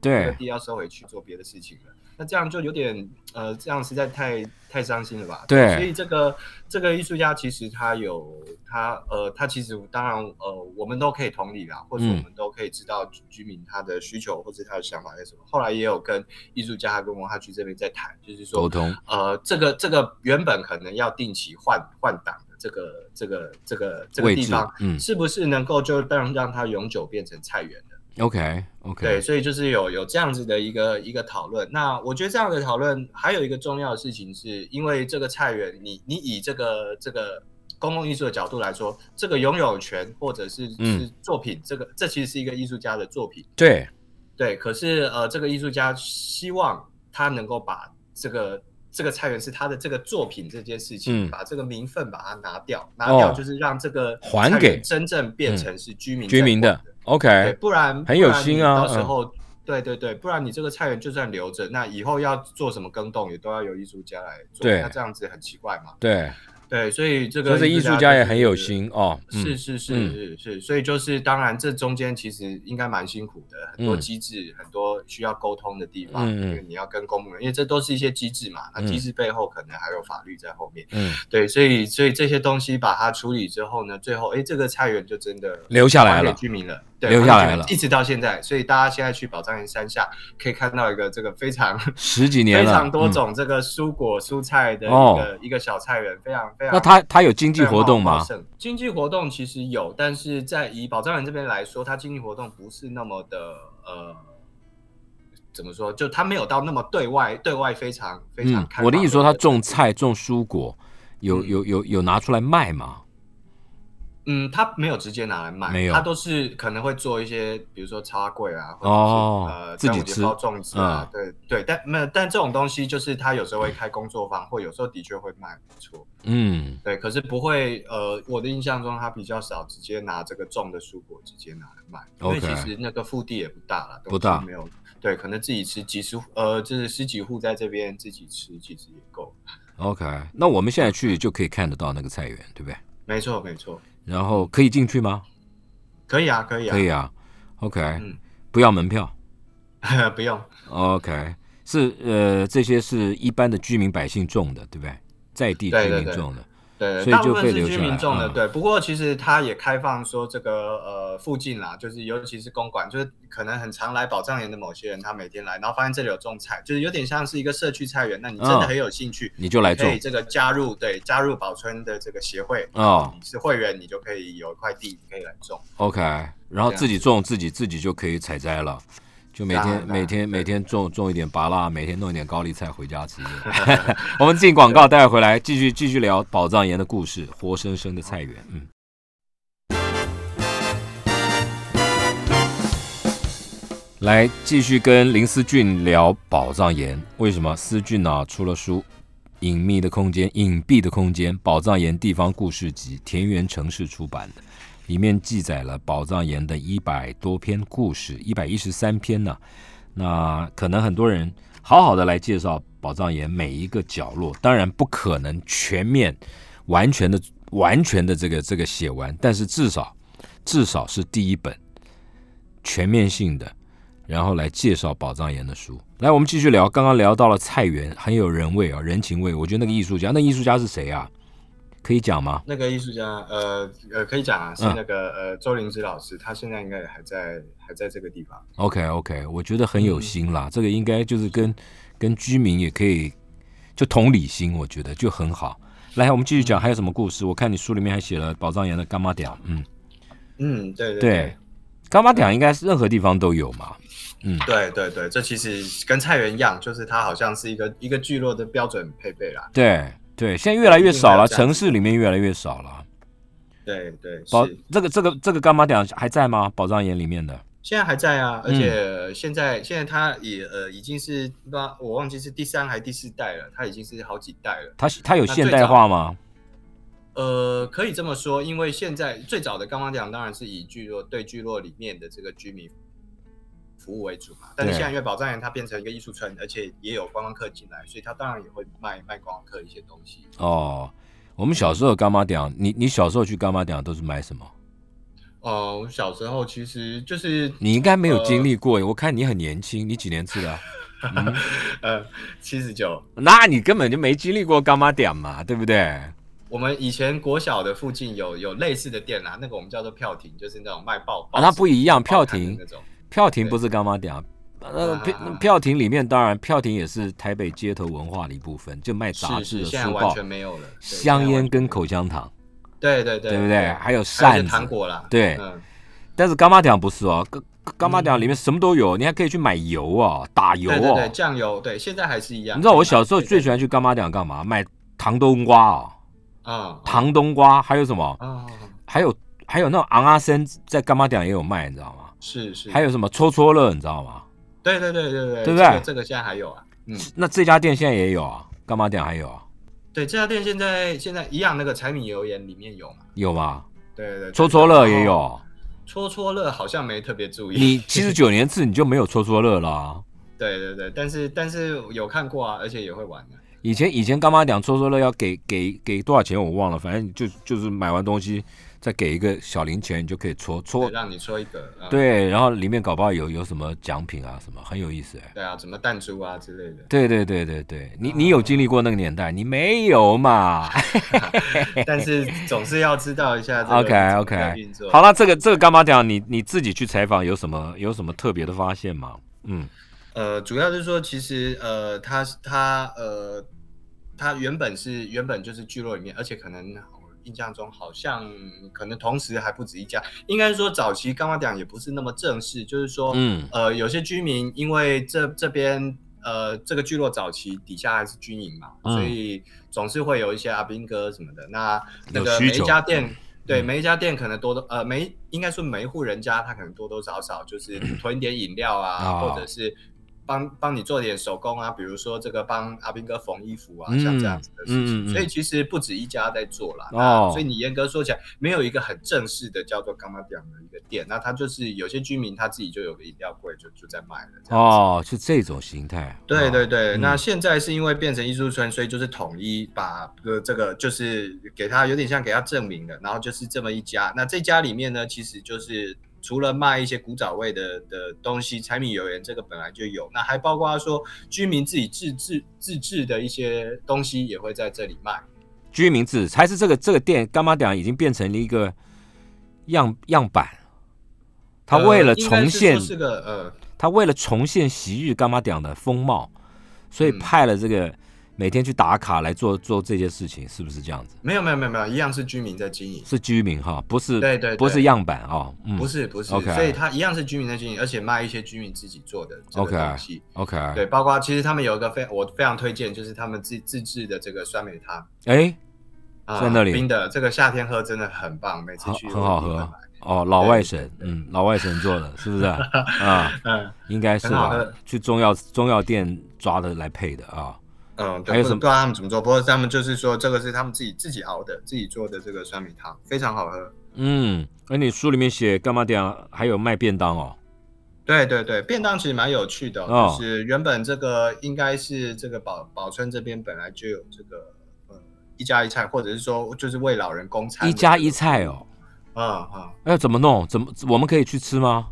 [SPEAKER 2] 对，
[SPEAKER 3] 地要收回去做别的事情了。那这样就有点呃，这样实在太太伤心了吧？
[SPEAKER 2] 对
[SPEAKER 3] 所以这个这个艺术家其实他有他呃，他其实当然呃，我们都可以同理啦，或者我
[SPEAKER 2] 嗯
[SPEAKER 3] 们都可以知道居居民他的需求或者他的想法是什么。后来也有跟艺术家跟文化局这边在谈，就是
[SPEAKER 2] 沟
[SPEAKER 3] 说
[SPEAKER 2] 通。
[SPEAKER 3] 呃，这个这个原本可能要定期换换档的这个这个这个这个
[SPEAKER 2] 位
[SPEAKER 3] 地
[SPEAKER 2] 置
[SPEAKER 3] 方，
[SPEAKER 2] 嗯
[SPEAKER 3] 是不是能够就让让它永久变成菜园呢？
[SPEAKER 2] ，OK OK，
[SPEAKER 3] 对，所以就是有有这样子的一个一个讨论。那我觉得这样的讨论还有一个重要的事情是，因为这个菜园，你你以这个这个公共艺术的角度来说，这个拥有权或者是
[SPEAKER 2] 嗯
[SPEAKER 3] 是作品，这个这其实是一个艺术家的作品。
[SPEAKER 2] 对，
[SPEAKER 3] 对，可是呃，这个艺术家希望他能够把这个这个菜园是他的这个作品这件事情，
[SPEAKER 2] 嗯
[SPEAKER 3] 把这个名分把它拿掉，拿掉
[SPEAKER 2] 哦
[SPEAKER 3] 就是让这个
[SPEAKER 2] 还
[SPEAKER 3] 菜园
[SPEAKER 2] 给嗯
[SPEAKER 3] 真正变成是居民
[SPEAKER 2] 居
[SPEAKER 3] 在
[SPEAKER 2] 民
[SPEAKER 3] 管
[SPEAKER 2] 的
[SPEAKER 3] 的。对，
[SPEAKER 2] OK，
[SPEAKER 3] 不然
[SPEAKER 2] 哎很有
[SPEAKER 3] 不然
[SPEAKER 2] 心
[SPEAKER 3] 你
[SPEAKER 2] 啊
[SPEAKER 3] 到时
[SPEAKER 2] 嗯
[SPEAKER 3] 候、对对对，不然你这个菜园就算留着，那以后要做什么耕种也都要由艺术家来做，
[SPEAKER 2] 对
[SPEAKER 3] 那这样子很奇怪嘛。
[SPEAKER 2] 对，
[SPEAKER 3] 对，所以这
[SPEAKER 2] 所
[SPEAKER 3] 个
[SPEAKER 2] 以艺术
[SPEAKER 3] 家
[SPEAKER 2] 家
[SPEAKER 3] 就
[SPEAKER 2] 也
[SPEAKER 3] 是
[SPEAKER 2] 很有。心哦。嗯
[SPEAKER 3] 是是是
[SPEAKER 2] 嗯
[SPEAKER 3] 是是，所以就是当然，这中间其实应该蛮辛苦的，很多
[SPEAKER 2] 嗯
[SPEAKER 3] 机制，很多需要沟通的地方，
[SPEAKER 2] 嗯嗯
[SPEAKER 3] 因为你要跟公务员，因为这都是一些机制嘛，那机
[SPEAKER 2] 嗯
[SPEAKER 3] 制背后可能还有法律在后面，
[SPEAKER 2] 嗯，
[SPEAKER 3] 对，所以所以这些东西把它处理之后呢，最后哎，这个菜园就真的
[SPEAKER 2] 留下来
[SPEAKER 3] 还给
[SPEAKER 2] 了
[SPEAKER 3] 居民了，对，
[SPEAKER 2] 留下来
[SPEAKER 3] 还给居民
[SPEAKER 2] 了
[SPEAKER 3] 一直到现在。所以大家现在去宝藏岩山下可以看到一个这个非
[SPEAKER 2] *laughs*
[SPEAKER 3] 常
[SPEAKER 2] 十几年
[SPEAKER 3] 非
[SPEAKER 2] 了，
[SPEAKER 3] 常多
[SPEAKER 2] 嗯。
[SPEAKER 3] 种这个蔬果蔬菜的一
[SPEAKER 2] 哦
[SPEAKER 3] 个一个小菜园，非常非常。
[SPEAKER 2] 那他他有经济
[SPEAKER 3] 非常
[SPEAKER 2] 活动
[SPEAKER 3] 茂
[SPEAKER 2] 吗？
[SPEAKER 3] 盛？经济活动其实有，但是在以宝藏园这边来说，它经济活动不是那么的呃。怎么说？就它没有到那么对外，对外非常非常
[SPEAKER 2] 嗯
[SPEAKER 3] 开放。，
[SPEAKER 2] 我的意思说，他种菜、种蔬果，有
[SPEAKER 3] 嗯
[SPEAKER 2] 有有有拿出来卖吗？
[SPEAKER 3] 嗯，他没有直接拿来卖，
[SPEAKER 2] 没有
[SPEAKER 3] 他都是可能会做一些，比如说插柜啊，或者是
[SPEAKER 2] 哦
[SPEAKER 3] 呃，
[SPEAKER 2] 自己
[SPEAKER 3] 端午节
[SPEAKER 2] 吃嗯
[SPEAKER 3] 包粽子啊，对对，但没有，但这种东西就是他有时候会开工作坊，或有时候的确会卖，没错，
[SPEAKER 2] 嗯，
[SPEAKER 3] 对，可是不会，呃，我的印象中他比较少直接拿这个种的蔬果直接拿来卖，因为
[SPEAKER 2] OK
[SPEAKER 3] 其实那个腹地也不大了，东西
[SPEAKER 2] 不大
[SPEAKER 3] 没有，对，可能自己吃几十户，呃，就是十几户在这边自己吃，其实也够，
[SPEAKER 2] OK，那我们现在去就可以看得到那个菜园，对不对？
[SPEAKER 3] 没错没错，
[SPEAKER 2] 然后可以进去吗？
[SPEAKER 3] 可以啊可以啊，
[SPEAKER 2] 可以啊，OK，、
[SPEAKER 3] 嗯
[SPEAKER 2] 不要门票啊
[SPEAKER 3] *laughs* 不用，
[SPEAKER 2] ，OK，是呃，这些是一般的居民百姓种的，对不对？在地
[SPEAKER 3] 对
[SPEAKER 2] 居
[SPEAKER 3] 对
[SPEAKER 2] 民
[SPEAKER 3] 对
[SPEAKER 2] 种的
[SPEAKER 3] 对，
[SPEAKER 2] 所以
[SPEAKER 3] 大部
[SPEAKER 2] 就
[SPEAKER 3] 分
[SPEAKER 2] 被
[SPEAKER 3] 是
[SPEAKER 2] 留
[SPEAKER 3] 居
[SPEAKER 2] 下来
[SPEAKER 3] 民种的，
[SPEAKER 2] 嗯
[SPEAKER 3] 对。不过其实它也开放说这个呃附近啦，就是尤其是公馆，就是可能很常来宝藏岩的某些人，他每天来，然后发现这里有种菜，就是有点像是一个社区菜园。那你真的
[SPEAKER 2] 嗯
[SPEAKER 3] 很有兴趣，
[SPEAKER 2] 你就来
[SPEAKER 3] 可
[SPEAKER 2] 种
[SPEAKER 3] 以这个加入对加入宝村的这个协会，
[SPEAKER 2] 哦
[SPEAKER 3] 你是会员，你就可以有一块地，你可以来种。
[SPEAKER 2] ，OK，然后
[SPEAKER 3] 对啊
[SPEAKER 2] 自己种自己自己就可以采摘了，就每
[SPEAKER 3] 当
[SPEAKER 2] 天
[SPEAKER 3] 然
[SPEAKER 2] 每天
[SPEAKER 3] 对
[SPEAKER 2] 每天种种一点芭辣，每天弄一点高丽菜回家吃。
[SPEAKER 3] *laughs*
[SPEAKER 2] 我们进广告，待会儿回来继续继续聊宝藏岩的故事，活生生的菜园。嗯。来继续跟林思俊聊宝藏岩，为什么思俊啊出了书《隐秘的空间》《隐蔽的空间》《宝藏岩地方故事集》，田园城市出版的，里面记载了宝藏岩的一百多篇故事，一百一十三篇呢、那可能很多人好好的来介绍宝藏岩每一个角落，当然不可能全面、完全的、完全的这个这个写完，但是至少至少是第一本全面性的，然后来介绍宝藏岩的书。来，我们继续聊，刚刚聊到了菜园，很有人味啊、人情味。我觉得那个艺术家，那艺术家是谁啊？可以讲吗？
[SPEAKER 3] 那个艺术家，呃呃，可以讲啊，是
[SPEAKER 2] 嗯
[SPEAKER 3] 那个、呃周灵芝老师，他现在应该也还在还在这个地方。
[SPEAKER 2] OK OK，我觉得很
[SPEAKER 3] 嗯
[SPEAKER 2] 有心啦，这个应该就是跟跟居民也可以就同理心，我觉得就很好。来，我们继续
[SPEAKER 3] 嗯
[SPEAKER 2] 讲还有什么故事？我看你书里面还写了宝藏岩的干妈屌，嗯，
[SPEAKER 3] 嗯，对对
[SPEAKER 2] 对，干妈屌应该是任何地方都有嘛，
[SPEAKER 3] 对对对，这其实跟菜园一样，就是它好像是一个一个聚落的标准配备啦。
[SPEAKER 2] 对对，现在越来越少了，
[SPEAKER 3] 一定会有这样子
[SPEAKER 2] 城市里面越来越少了。
[SPEAKER 3] 对对，
[SPEAKER 2] 宝
[SPEAKER 3] 是
[SPEAKER 2] 这个这个这个干妈屌还在吗？宝藏岩里面的
[SPEAKER 3] 现在还在啊，
[SPEAKER 2] 嗯
[SPEAKER 3] 而且现在、现在它也呃已经是不知道我忘记是第三还是第四代了，它已经是好几代了。
[SPEAKER 2] 它它有
[SPEAKER 3] 那最
[SPEAKER 2] 现代
[SPEAKER 3] 早
[SPEAKER 2] 化吗？
[SPEAKER 3] 呃，可以这么说，因为现在最早的刚刚讲当然是以聚落对聚落里面的这个居民服务为主嘛，但是
[SPEAKER 2] 对
[SPEAKER 3] 现在因为宝藏岩它变成一个艺术村，而且也有观光客进来，所以它当然也会卖卖观光客一些东西。
[SPEAKER 2] 哦，我们小时候干妈屌，你你小时候去干妈屌都是买什么？
[SPEAKER 3] 呃，我小时候其实就是
[SPEAKER 2] 你应该没有经历过耶，我看你很年轻，你几年次的啊、
[SPEAKER 3] 呃，七十九。
[SPEAKER 2] 那你根本就没经历过干妈点嘛，对不对？
[SPEAKER 3] 我们以前国小的附近有有类似的店啦、那个我们叫做票亭，就是那种卖报
[SPEAKER 2] 啊
[SPEAKER 3] 报
[SPEAKER 2] 那
[SPEAKER 3] 纸
[SPEAKER 2] 不一样票
[SPEAKER 3] 报刊的
[SPEAKER 2] 亭
[SPEAKER 3] 那种。
[SPEAKER 2] 票亭不是干妈点啊，呃，
[SPEAKER 3] 啊
[SPEAKER 2] 票票亭里面当然票亭也是台北街头文化的一部分，就卖杂志
[SPEAKER 3] 是是，
[SPEAKER 2] 的
[SPEAKER 3] 现在
[SPEAKER 2] 书
[SPEAKER 3] 完
[SPEAKER 2] 报、
[SPEAKER 3] 全没有了。对
[SPEAKER 2] 香烟跟，口香糖，
[SPEAKER 3] 现在完全没有对对对，
[SPEAKER 2] 对不对？还有
[SPEAKER 3] 还有一
[SPEAKER 2] 扇
[SPEAKER 3] 些糖
[SPEAKER 2] 子，
[SPEAKER 3] 果嗯啦，
[SPEAKER 2] 对
[SPEAKER 3] 嗯，
[SPEAKER 2] 但是干妈点不是哦，干干妈点里面什么都有，你还可以去买油哦，打油
[SPEAKER 3] 嗯对对
[SPEAKER 2] 哦
[SPEAKER 3] 对，。酱油，对，现在还是一样。
[SPEAKER 2] 你知道我小时候
[SPEAKER 3] 对对嗯
[SPEAKER 2] 最喜欢去干妈点干嘛？买糖冬瓜哦，
[SPEAKER 3] 啊
[SPEAKER 2] 糖冬瓜，还有什么？
[SPEAKER 3] 啊啊
[SPEAKER 2] 还有还有那种昂阿森在干妈点也有卖，你知道吗？
[SPEAKER 3] 是是，
[SPEAKER 2] 还有什么搓搓乐，你知道吗？
[SPEAKER 3] 对对对对
[SPEAKER 2] 对不
[SPEAKER 3] 对，这个
[SPEAKER 2] 对
[SPEAKER 3] 这个现在还有啊，嗯，
[SPEAKER 2] 那这家店现在也有啊，干妈店还有啊，
[SPEAKER 3] 对，这家店现在现在一样，那个柴米油盐里面有嘛？
[SPEAKER 2] 有吗？
[SPEAKER 3] 对对对，哦
[SPEAKER 2] 戳戳乐也
[SPEAKER 3] 然后
[SPEAKER 2] 有。
[SPEAKER 3] 戳戳乐好像没特别注意。
[SPEAKER 2] 你七十九年次你就没有戳戳乐啦、啊
[SPEAKER 3] 对对对，但是但是有看过啊，而且也会玩的、
[SPEAKER 2] 以前以前干妈讲戳戳乐要给给给多少钱我忘了，反正就就是买完东西再给一个小零钱，你就可以戳
[SPEAKER 3] 对
[SPEAKER 2] 戳。
[SPEAKER 3] 让你说一个。嗯、
[SPEAKER 2] 对，然后里面搞不好有有什么奖品啊什么，很有意思哎。
[SPEAKER 3] 对啊，什么弹珠啊之类的。
[SPEAKER 2] 对对对对对，你你有经历过那个年代？你没有
[SPEAKER 3] *laughs*
[SPEAKER 2] 嘛
[SPEAKER 3] 但是总是要知道一下这个
[SPEAKER 2] ？OK
[SPEAKER 3] 怎么
[SPEAKER 2] OK，
[SPEAKER 3] 在运作。
[SPEAKER 2] 好了，这个这个干妈讲你你自己去采访有什么有什么特别的发现吗？嗯，
[SPEAKER 3] 呃，主要是说，其实呃，它它呃，它原本是原本就是聚落里面，而且可能我印象中好像可能同时还不止一家。应该是说早期刚刚讲也不是那么正式，就是说，
[SPEAKER 2] 嗯
[SPEAKER 3] 呃，有些居民因为这这边呃这个聚落早期底下还是军营嘛，
[SPEAKER 2] 嗯
[SPEAKER 3] 所以总是会有一些阿兵哥什么的。那那
[SPEAKER 2] 有
[SPEAKER 3] 个
[SPEAKER 2] 需
[SPEAKER 3] 每
[SPEAKER 2] 求嗯
[SPEAKER 3] 一家店。对每一家店可能多多呃每应该说每一户人家他可能多多少少就是囤点饮料啊，
[SPEAKER 2] 嗯啊
[SPEAKER 3] 或者是帮帮你做点手工啊，比如说这个帮阿兵哥缝衣服啊，像这样子的事情。
[SPEAKER 2] 嗯嗯嗯嗯
[SPEAKER 3] 所以其实不止一家在做啦。
[SPEAKER 2] 哦
[SPEAKER 3] 那所以你严格说起来，没有一个很正式的叫做干妈店的一个店，那它就是有些居民他自己就有个饮料柜就就在卖了。这样子。
[SPEAKER 2] 哦，是这种形态。
[SPEAKER 3] 对
[SPEAKER 2] 哦
[SPEAKER 3] 对对，
[SPEAKER 2] 嗯
[SPEAKER 3] 那现在是因为变成艺术村，所以就是统一把呃这个就是给他有点像给他证明了，然后就是这么一家。那这家里面呢，其实就是除了卖一些古早味的的东西，柴米油盐这个本来就有，那还包括说居民自己自制自制的一些东西也会在这里卖。
[SPEAKER 2] 居民自治，还是这个这个店干妈店已经变成了一个样样板。他为了
[SPEAKER 3] 呃应该
[SPEAKER 2] 重
[SPEAKER 3] 是
[SPEAKER 2] 现
[SPEAKER 3] 说是个呃，
[SPEAKER 2] 他为了重现昔日干妈店的风貌，所以
[SPEAKER 3] 嗯
[SPEAKER 2] 派了这个每天去打卡来做做这些事情，是不是这样子？
[SPEAKER 3] 没有没有没有没有，一样是居民在经营，
[SPEAKER 2] 是居民哈，不是
[SPEAKER 3] 对对对
[SPEAKER 2] 不是样板啊，嗯，
[SPEAKER 3] 不是不是
[SPEAKER 2] OK
[SPEAKER 3] 所以它一样是居民在经营，而且卖一些居民自己做的这
[SPEAKER 2] OK 啊
[SPEAKER 3] 个东西。
[SPEAKER 2] OK，
[SPEAKER 3] 对，包括其实他们有一个非我非常推荐，就是他们自自制的这个酸梅汤
[SPEAKER 2] 哎，
[SPEAKER 3] 啊，
[SPEAKER 2] 在那里
[SPEAKER 3] 冰的，这个夏天喝真的很棒，每次
[SPEAKER 2] 好
[SPEAKER 3] 去
[SPEAKER 2] 很好
[SPEAKER 3] 我一定会
[SPEAKER 2] 喝
[SPEAKER 3] 买
[SPEAKER 2] 哦，老外省，
[SPEAKER 3] 对对
[SPEAKER 2] 嗯，老外省做的，是不是 *laughs* 啊啊？
[SPEAKER 3] 嗯
[SPEAKER 2] 应该是
[SPEAKER 3] 很好
[SPEAKER 2] 吧
[SPEAKER 3] 喝？
[SPEAKER 2] 去中药中药店抓的来配的啊。
[SPEAKER 3] 嗯，
[SPEAKER 2] 还
[SPEAKER 3] 对，
[SPEAKER 2] 有
[SPEAKER 3] 不
[SPEAKER 2] 什么
[SPEAKER 3] 不知道他们怎么做，不过他们就是说这个是他们自己自己熬的，自己做的这个酸梅汤非常好喝。
[SPEAKER 2] 嗯，而你书里面写干嘛点还有卖便当哦，
[SPEAKER 3] 对对对，便当其实蛮有趣的、
[SPEAKER 2] 哦
[SPEAKER 3] 哦，就是原本这个应该是这个宝宝村这边本来就有这个呃一家一菜，或者是说就是为老人供餐
[SPEAKER 2] 一
[SPEAKER 3] 的
[SPEAKER 2] 家
[SPEAKER 3] 这
[SPEAKER 2] 一
[SPEAKER 3] 个
[SPEAKER 2] 菜哦。
[SPEAKER 3] 嗯嗯，
[SPEAKER 2] 哎，怎么弄？怎么我们可以去吃吗？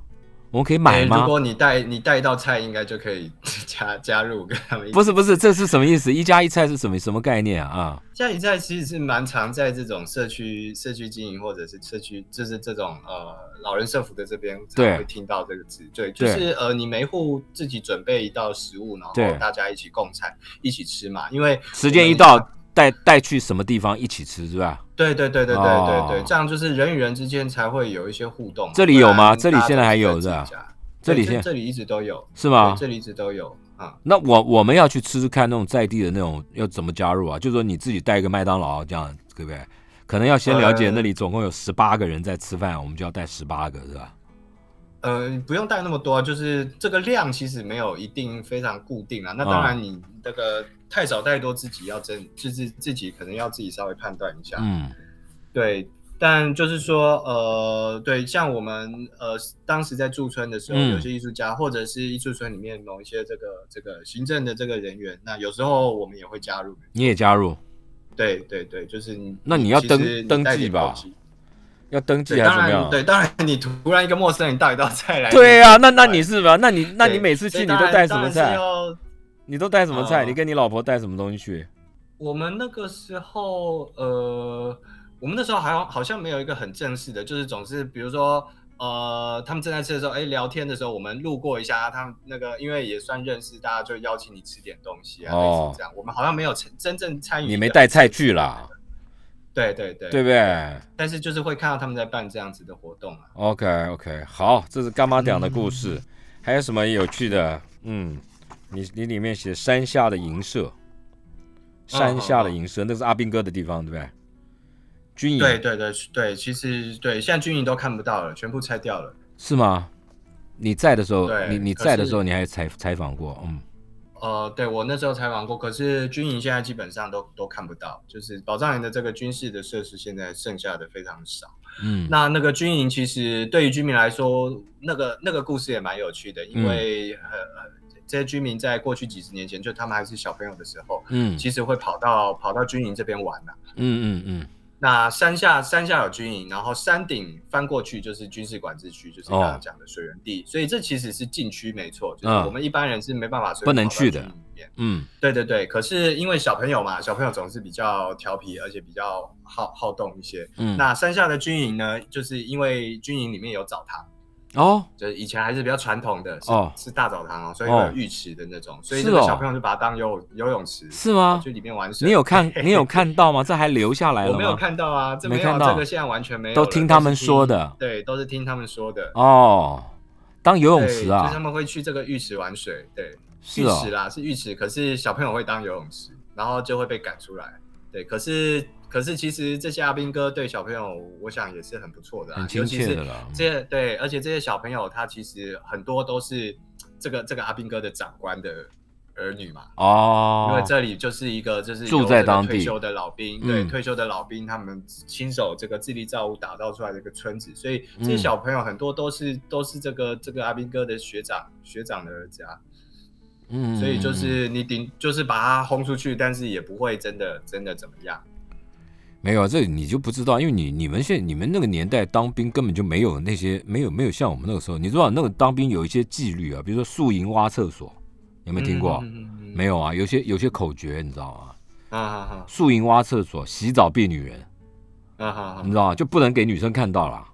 [SPEAKER 2] 我们可以买
[SPEAKER 3] 诶
[SPEAKER 2] 吗
[SPEAKER 3] 哎如？果你带你带一道菜，应该就可以 *laughs* 加加入跟他们一起。
[SPEAKER 2] 不是不是，这是什么意思？一加一菜是什么什么概念啊？
[SPEAKER 3] 家一菜其实是蛮常在这种社区社区经营或者是社区就是这种呃老人社福的这边
[SPEAKER 2] 对
[SPEAKER 3] 才会听到这个词，对，就是呃你每一户自己准备一道食物，然后
[SPEAKER 2] 对
[SPEAKER 3] 大家一起共餐一起吃嘛，因为
[SPEAKER 2] 时间一到，带带去什么地方一起吃是吧？
[SPEAKER 3] 对对对对对
[SPEAKER 2] 哦
[SPEAKER 3] 对对，这样就是人与人之间才会有一些互动嘛。
[SPEAKER 2] 这里有吗
[SPEAKER 3] 不然
[SPEAKER 2] 这里现在还有
[SPEAKER 3] 大家
[SPEAKER 2] 是
[SPEAKER 3] 都自己家
[SPEAKER 2] 这里
[SPEAKER 3] 对
[SPEAKER 2] 现
[SPEAKER 3] 这里一直都有
[SPEAKER 2] 是吗
[SPEAKER 3] 对这里一直都有啊。
[SPEAKER 2] 那我我们要去吃吃看那种在地的那种要怎么加入啊？就说你自己带一个麦当劳这样，对不对？可能要先了解
[SPEAKER 3] 呃
[SPEAKER 2] 那里总共有十八个人在吃饭，我们就要带十八个是吧？
[SPEAKER 3] 呃，不用带那么多，就是这个量其实没有一定非常固定啊。那当然，你这个太少太多，自己要真就是自己可能要自己稍微判断一下。
[SPEAKER 2] 嗯，
[SPEAKER 3] 对，但就是说，呃，对，像我们呃当时在驻村的时候，
[SPEAKER 2] 嗯
[SPEAKER 3] 有些艺术家或者是艺术村里面某一些这个这个行政的这个人员，那有时候我们也会加入。
[SPEAKER 2] 你也加入，
[SPEAKER 3] 对对对，就是你
[SPEAKER 2] 那你要
[SPEAKER 3] 其实
[SPEAKER 2] 登
[SPEAKER 3] 你
[SPEAKER 2] 登
[SPEAKER 3] 带
[SPEAKER 2] 记
[SPEAKER 3] 点
[SPEAKER 2] 吧
[SPEAKER 3] 东西
[SPEAKER 2] 要登
[SPEAKER 3] 对，
[SPEAKER 2] 记还是
[SPEAKER 3] 当
[SPEAKER 2] 怎么
[SPEAKER 3] 然
[SPEAKER 2] 样？
[SPEAKER 3] 对，当然你突然一个陌生人带一道菜来，
[SPEAKER 2] 对
[SPEAKER 3] 呀、
[SPEAKER 2] 呀、那那你是吧？那你那你
[SPEAKER 3] 对
[SPEAKER 2] 每次去
[SPEAKER 3] 所以
[SPEAKER 2] 你
[SPEAKER 3] 当
[SPEAKER 2] 都
[SPEAKER 3] 然
[SPEAKER 2] 带什
[SPEAKER 3] 当
[SPEAKER 2] 么
[SPEAKER 3] 然是
[SPEAKER 2] 菜？
[SPEAKER 3] 要
[SPEAKER 2] 你都带什么菜？
[SPEAKER 3] 嗯
[SPEAKER 2] 你跟你老婆带什么东西去？
[SPEAKER 3] 我们那个时候，呃，我们那时候好像好像没有一个很正式的，就是总是比如说，呃，他们正在吃的时候，哎，聊天的时候，我们路过一下，他们那个因为也算认识，大家就邀请你吃点东西啊，
[SPEAKER 2] 哦
[SPEAKER 3] 类似这样。我们好像没有参真正参与，
[SPEAKER 2] 你没带菜去啦，，
[SPEAKER 3] 对对对，
[SPEAKER 2] 对不对？
[SPEAKER 3] 但是就是会看到他们在办这样子的活动啊。
[SPEAKER 2] OK OK，好，这是干妈
[SPEAKER 3] 嗯
[SPEAKER 2] 讲的故事，还有什么有趣的？嗯，你你里面写山下的营舍，山下的营舍，那是阿兵哥的地方，对不对？军营
[SPEAKER 3] 嗯对对对对，其实对，现在军营都看不到了，全部拆掉了。
[SPEAKER 2] 是吗？你在的时候，
[SPEAKER 3] 对
[SPEAKER 2] 你你
[SPEAKER 3] 可
[SPEAKER 2] 在的
[SPEAKER 3] 是
[SPEAKER 2] 时候，你还采采访过，嗯，
[SPEAKER 3] 呃，对我那时候采访过，可是军营现在基本上都都看不到，就是保障营的这个军事的设施现在剩下的非常少。
[SPEAKER 2] 嗯，
[SPEAKER 3] 那那个军营其实对于居民来说，那个那个故事也蛮有趣的，
[SPEAKER 2] 嗯
[SPEAKER 3] 因为、呃这些居民在过去几十年前，就他们还是小朋友的时候，
[SPEAKER 2] 嗯
[SPEAKER 3] 其实会跑到跑到军营这边玩呐、啊
[SPEAKER 2] 嗯嗯嗯，
[SPEAKER 3] 那山下山下有军营，然后山顶翻过去就是军事管制区，就是刚刚讲的水源地，所以这其实是禁区没错，就是
[SPEAKER 2] 哦嗯
[SPEAKER 3] 我们一般人是没办法随便
[SPEAKER 2] 不能
[SPEAKER 3] 跑到
[SPEAKER 2] 去的
[SPEAKER 3] 军营里面
[SPEAKER 2] 嗯，
[SPEAKER 3] 对对对，可是因为小朋友嘛，小朋友总是比较调皮，而且比较好好动一些。
[SPEAKER 2] 嗯
[SPEAKER 3] 那山下的军营呢，就是因为军营里面有澡堂，
[SPEAKER 2] 哦，
[SPEAKER 3] 就是以前还是比较传统的，是、
[SPEAKER 2] 哦
[SPEAKER 3] 是大澡堂哦，所以
[SPEAKER 2] 哦
[SPEAKER 3] 会有浴池的那种，所以
[SPEAKER 2] 是
[SPEAKER 3] 这个
[SPEAKER 2] 哦
[SPEAKER 3] 小朋友就把它当游游泳池，
[SPEAKER 2] 是吗
[SPEAKER 3] 去里面玩水。
[SPEAKER 2] 你有
[SPEAKER 3] *laughs*
[SPEAKER 2] 看你有看到吗？这还留下来了
[SPEAKER 3] 我
[SPEAKER 2] 吗？
[SPEAKER 3] 没有看到啊，这
[SPEAKER 2] 没
[SPEAKER 3] 没有
[SPEAKER 2] 看到
[SPEAKER 3] 这个现在完全没有
[SPEAKER 2] 都
[SPEAKER 3] 了，
[SPEAKER 2] 听他们
[SPEAKER 3] 都是
[SPEAKER 2] 说的
[SPEAKER 3] 对，都是听他们说的。
[SPEAKER 2] 哦，当游泳
[SPEAKER 3] 对
[SPEAKER 2] 池
[SPEAKER 3] 就是他
[SPEAKER 2] 啊，
[SPEAKER 3] 们会去这个浴池玩水，对，
[SPEAKER 2] 是
[SPEAKER 3] 浴
[SPEAKER 2] 哦
[SPEAKER 3] 池啦，是浴池，可是小朋友会当游泳池，然后就会被赶出来。对，可是可是其实这些阿兵哥对小朋友，我想也是很不错的、啊，
[SPEAKER 2] 很亲切的啦
[SPEAKER 3] 尤其是这些对，而且这些小朋友他其实很多都是这个这个阿兵哥的长官的儿女嘛。
[SPEAKER 2] 哦，
[SPEAKER 3] 因为这里就是一个，就是
[SPEAKER 2] 住
[SPEAKER 3] 由
[SPEAKER 2] 在
[SPEAKER 3] 这个
[SPEAKER 2] 当
[SPEAKER 3] 退
[SPEAKER 2] 地
[SPEAKER 3] 休的老兵，对
[SPEAKER 2] 嗯
[SPEAKER 3] 退休的老兵，他们亲手这个自力造物打造出来的一个村子，所以这
[SPEAKER 2] 嗯
[SPEAKER 3] 些小朋友很多都是、都是这个这个阿兵哥的学长学长的儿子啊，
[SPEAKER 2] 嗯，
[SPEAKER 3] 所以就
[SPEAKER 2] 嗯嗯
[SPEAKER 3] 是你顶就是把他轰出去，但是也不会真的真的怎么样。
[SPEAKER 2] 没有，这你就不知道，因为你你们现你们那个年代当兵根本就没有那些没有没有像我们那个时候，你知道那个当兵有一些纪律啊，比如说宿营挖厕所，有没有听过？
[SPEAKER 3] 嗯嗯嗯嗯
[SPEAKER 2] 没有啊，有些有些口诀你知道吗？
[SPEAKER 3] 嗯啊哈哈，
[SPEAKER 2] 宿营挖厕所，洗澡避女人，
[SPEAKER 3] 啊哈
[SPEAKER 2] 你
[SPEAKER 3] 哈，
[SPEAKER 2] 知道吗？就不能给女生看到啦。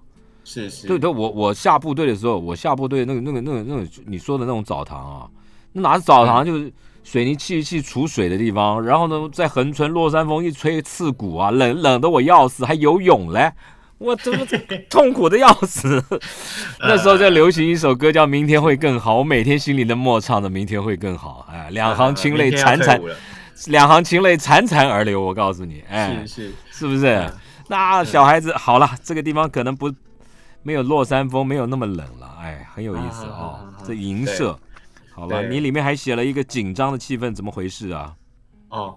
[SPEAKER 3] 是是，
[SPEAKER 2] 对对，我我下部队的时候，我下部队那个那个那个那个你说的那种澡堂啊，那哪是澡堂，啊就是水泥砌一砌储水的地方，然后呢，在横村落山风一吹刺骨啊，冷冷的我要死，还游泳嘞。我怎么痛苦的要
[SPEAKER 3] *laughs*
[SPEAKER 2] 死？那时候在流行一首歌叫《明天会更好》，我每天心里的默唱着“明天会更好”，哎，两行清泪潺
[SPEAKER 3] 啊明天要
[SPEAKER 2] 潺
[SPEAKER 3] 退伍，了
[SPEAKER 2] 两行清泪潺潺而流。我告诉你， *laughs* 哎，
[SPEAKER 3] 是嗯是，
[SPEAKER 2] 是不是？那小孩子好了，这个地方可能不没有落山风，没有那么冷了，哎，很有意思
[SPEAKER 3] 啊啊
[SPEAKER 2] 哦
[SPEAKER 3] 啊啊。
[SPEAKER 2] 这银舍，好吧，
[SPEAKER 3] 对
[SPEAKER 2] 你里面还写了一个紧张的气氛，怎么回事啊？
[SPEAKER 3] 哦，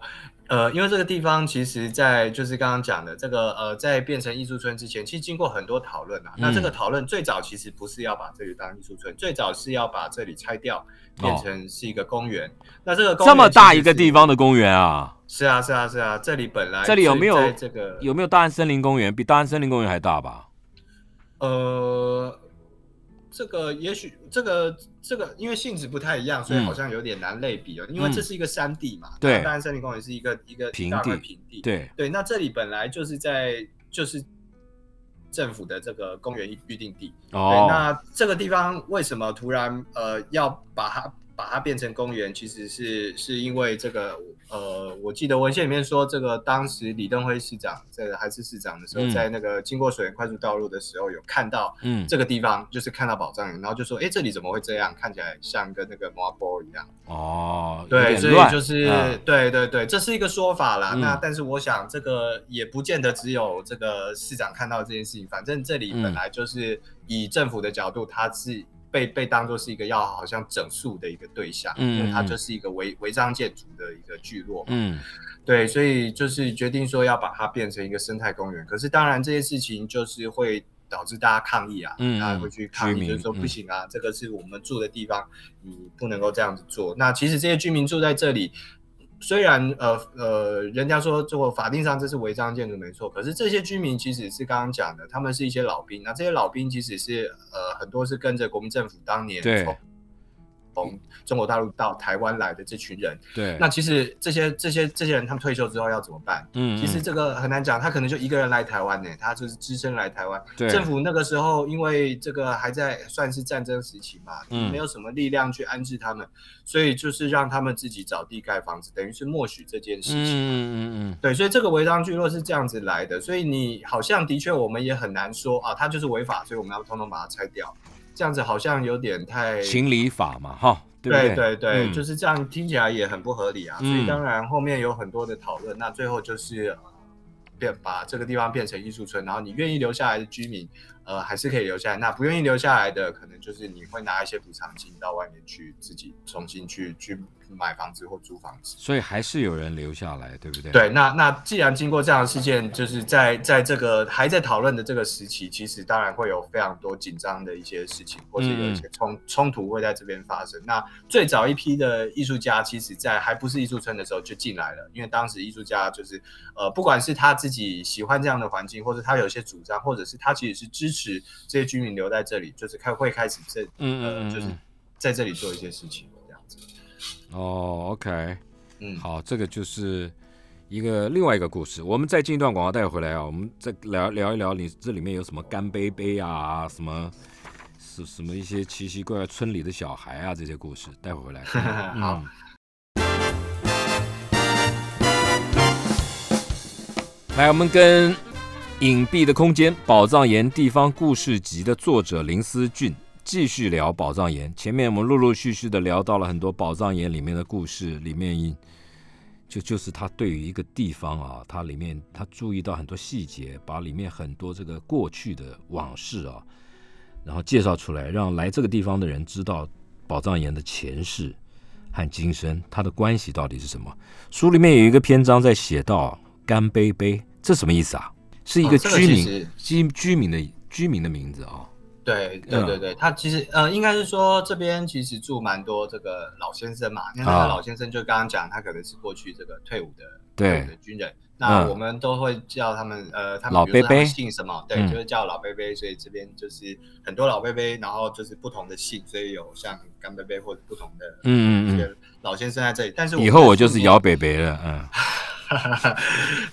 [SPEAKER 3] 呃，因为这个地方其实在，就是刚刚讲的这个呃，在变成艺术村之前，其实经过很多讨论啊。那
[SPEAKER 2] 嗯
[SPEAKER 3] 这个讨论最早其实不是要把这里当艺术村，最早是要把这里拆掉，变
[SPEAKER 2] 哦
[SPEAKER 3] 成是一个公园。那这个公
[SPEAKER 2] 这么
[SPEAKER 3] 园其
[SPEAKER 2] 大
[SPEAKER 3] 实
[SPEAKER 2] 一个
[SPEAKER 3] 是
[SPEAKER 2] 地，方的公园啊，
[SPEAKER 3] 是啊是啊是啊，这里本来
[SPEAKER 2] 这里有
[SPEAKER 3] 是
[SPEAKER 2] 没有
[SPEAKER 3] 在这个
[SPEAKER 2] 有没有大安森林公园？比大安森林公园还大吧？
[SPEAKER 3] 呃，这个也许这个这个，因为性质不太一样，所以好像有点难类比哦。因为这是一个山地嘛，
[SPEAKER 2] 嗯对
[SPEAKER 3] 那当然森林公园是一个一个
[SPEAKER 2] 平
[SPEAKER 3] 一大块
[SPEAKER 2] 地
[SPEAKER 3] 平地，
[SPEAKER 2] 对，
[SPEAKER 3] 对。那这里本来就是在就是政府的这个公园预定地，对。
[SPEAKER 2] 哦，
[SPEAKER 3] 那这个地方为什么突然呃要把它把它变成公园？其实是是因为这个呃，我记得文献里面说，这个当时李登辉市长在还是市长的时候，
[SPEAKER 2] 嗯
[SPEAKER 3] 在那个经过水源快速道路的时候，有看到
[SPEAKER 2] 嗯，
[SPEAKER 3] 这个地方就是看到宝藏岩，然后就说，哎，这里怎么会这样？看起来像跟那个 marble 一样。
[SPEAKER 2] 哦，有
[SPEAKER 3] 对，
[SPEAKER 2] 点
[SPEAKER 3] 所以
[SPEAKER 2] 乱
[SPEAKER 3] 就是、
[SPEAKER 2] 啊
[SPEAKER 3] 对对对，这是一个说法啦。
[SPEAKER 2] 嗯
[SPEAKER 3] 那但是我想，这个也不见得只有这个市长看到这件事情。反正这
[SPEAKER 2] 嗯
[SPEAKER 3] 里本来就是以政府的角度，它是被被当做是一个要好像整肃的一个对象，
[SPEAKER 2] 嗯
[SPEAKER 3] 因为它
[SPEAKER 2] 嗯
[SPEAKER 3] 就是一个违违章建筑的一个聚落嘛。
[SPEAKER 2] 嗯，
[SPEAKER 3] 对，所以就是决定说要把它变成一个生态公园。可是当然这件事情就是会导致大家抗议啊，
[SPEAKER 2] 嗯
[SPEAKER 3] 大家会去抗
[SPEAKER 2] 居
[SPEAKER 3] 议，
[SPEAKER 2] 民
[SPEAKER 3] 就是说
[SPEAKER 2] 嗯
[SPEAKER 3] 不行啊，这个是我们住的地方，你不能够这样子做。那其实这些居民住在这里。虽然呃呃，人家说做法定上这是违章建筑没错，可是这些居民其实是刚刚讲的，他们是一些老兵，那这些老兵其实是呃很多是跟着国民政府当年
[SPEAKER 2] 对
[SPEAKER 3] 从从中国大陆到台湾来的这群人，
[SPEAKER 2] 对，
[SPEAKER 3] 那其实这些这些这些人，他们退休之后要怎么办？
[SPEAKER 2] 嗯，
[SPEAKER 3] 其实
[SPEAKER 2] 嗯
[SPEAKER 3] 这个很难讲，他可能就一个人来台湾呢、他就是只身来台湾。
[SPEAKER 2] 对
[SPEAKER 3] 政府那个时候因为这个还在算是战争时期嘛，
[SPEAKER 2] 嗯
[SPEAKER 3] 没有什么力量去安置他们，所以就是让他们自己找地盖房子，等于是默许这件事
[SPEAKER 2] 嗯
[SPEAKER 3] 情。
[SPEAKER 2] 嗯嗯
[SPEAKER 3] 对，所以这个违章聚落是这样子来的，所以你好像的确我们也很难说啊，它就是违法，所以我们要通通把它拆掉，这样子好像有点太
[SPEAKER 2] 嗯，情理法嘛，哈，对不
[SPEAKER 3] 对
[SPEAKER 2] 对？
[SPEAKER 3] 对对，
[SPEAKER 2] 嗯
[SPEAKER 3] 就是这样，听起来也很不合理啊。所
[SPEAKER 2] 嗯
[SPEAKER 3] 以当然后面有很多的讨论，那最后就是呃变把这个地方变成艺术村，然后你愿意留下来的居民，呃，还是可以留下来；那不愿意留下来的，可能就是你会拿一些补偿金到外面去自己重新去去买房子或租房子。
[SPEAKER 2] 所以还是有人留下来，对不对？
[SPEAKER 3] 对，那那既然经过这样的事件，就是在在这个还在讨论的这个时期，其实当然会有非常多紧张的一些事情，或者有
[SPEAKER 2] 嗯
[SPEAKER 3] 一些冲冲突会在这边发生。那最早一批的艺术家，其实在还不是艺术村的时候就进来了，因为当时艺术家就是呃，不管是他自己喜欢这样的环境，或者他有一些主张，或者是他其实是支持这些居民留在这里，就是开会开始这
[SPEAKER 2] 嗯，嗯
[SPEAKER 3] 呃，
[SPEAKER 2] 嗯
[SPEAKER 3] 就是
[SPEAKER 2] 嗯，
[SPEAKER 3] 在这里做一些事情这样子。
[SPEAKER 2] 哦，OK。
[SPEAKER 3] 嗯， *laughs*
[SPEAKER 2] 好，这个就是一个另外一个故事。我们再进一段广告带回来啊，我们再聊聊一聊你这里面有什么干杯杯啊，什么什什么一些奇奇怪怪村里的小孩啊这些故事，带回来。
[SPEAKER 3] 好
[SPEAKER 2] 嗯。来，我们跟《隐蔽的空间：宝藏岩地方故事集》的作者林思俊继续聊宝藏岩。前面我们陆陆续续的聊到了很多宝藏岩里面的故事，里面一就就是他对于一个地方啊，他里面他注意到很多细节，把里面很多这个过去的往事啊，然后介绍出来，让来这个地方的人知道宝藏岩的前世和今生，它的关系到底是什么。书里面有一个篇章在写到“干杯杯”，这什么意思啊？是一个
[SPEAKER 3] 哦这个
[SPEAKER 2] 居
[SPEAKER 3] 其
[SPEAKER 2] 民、
[SPEAKER 3] 实
[SPEAKER 2] 居居民的居民的名字啊、
[SPEAKER 3] 对对
[SPEAKER 2] 嗯
[SPEAKER 3] 对对，他其实呃，应该是说这边其实住蛮多这个老先生嘛，因为那
[SPEAKER 2] 啊
[SPEAKER 3] 个老先生就刚刚讲，他可能是过去这个退伍的
[SPEAKER 2] 对
[SPEAKER 3] 退伍的军人，那
[SPEAKER 2] 嗯
[SPEAKER 3] 我们都会叫他们呃，他们
[SPEAKER 2] 老
[SPEAKER 3] 比如说他们
[SPEAKER 2] 伯伯
[SPEAKER 3] 姓什么，对，
[SPEAKER 2] 嗯
[SPEAKER 3] 就是叫老贝贝，所以这边就是很多老贝贝，然后就是不同的姓，所以有像干贝贝或者不同的
[SPEAKER 2] 嗯嗯
[SPEAKER 3] 这
[SPEAKER 2] 嗯，
[SPEAKER 3] 个老先生在这里，但是
[SPEAKER 2] 以后我就是
[SPEAKER 3] 们的
[SPEAKER 2] 姚
[SPEAKER 3] 父
[SPEAKER 2] 北北了，嗯，
[SPEAKER 3] *laughs*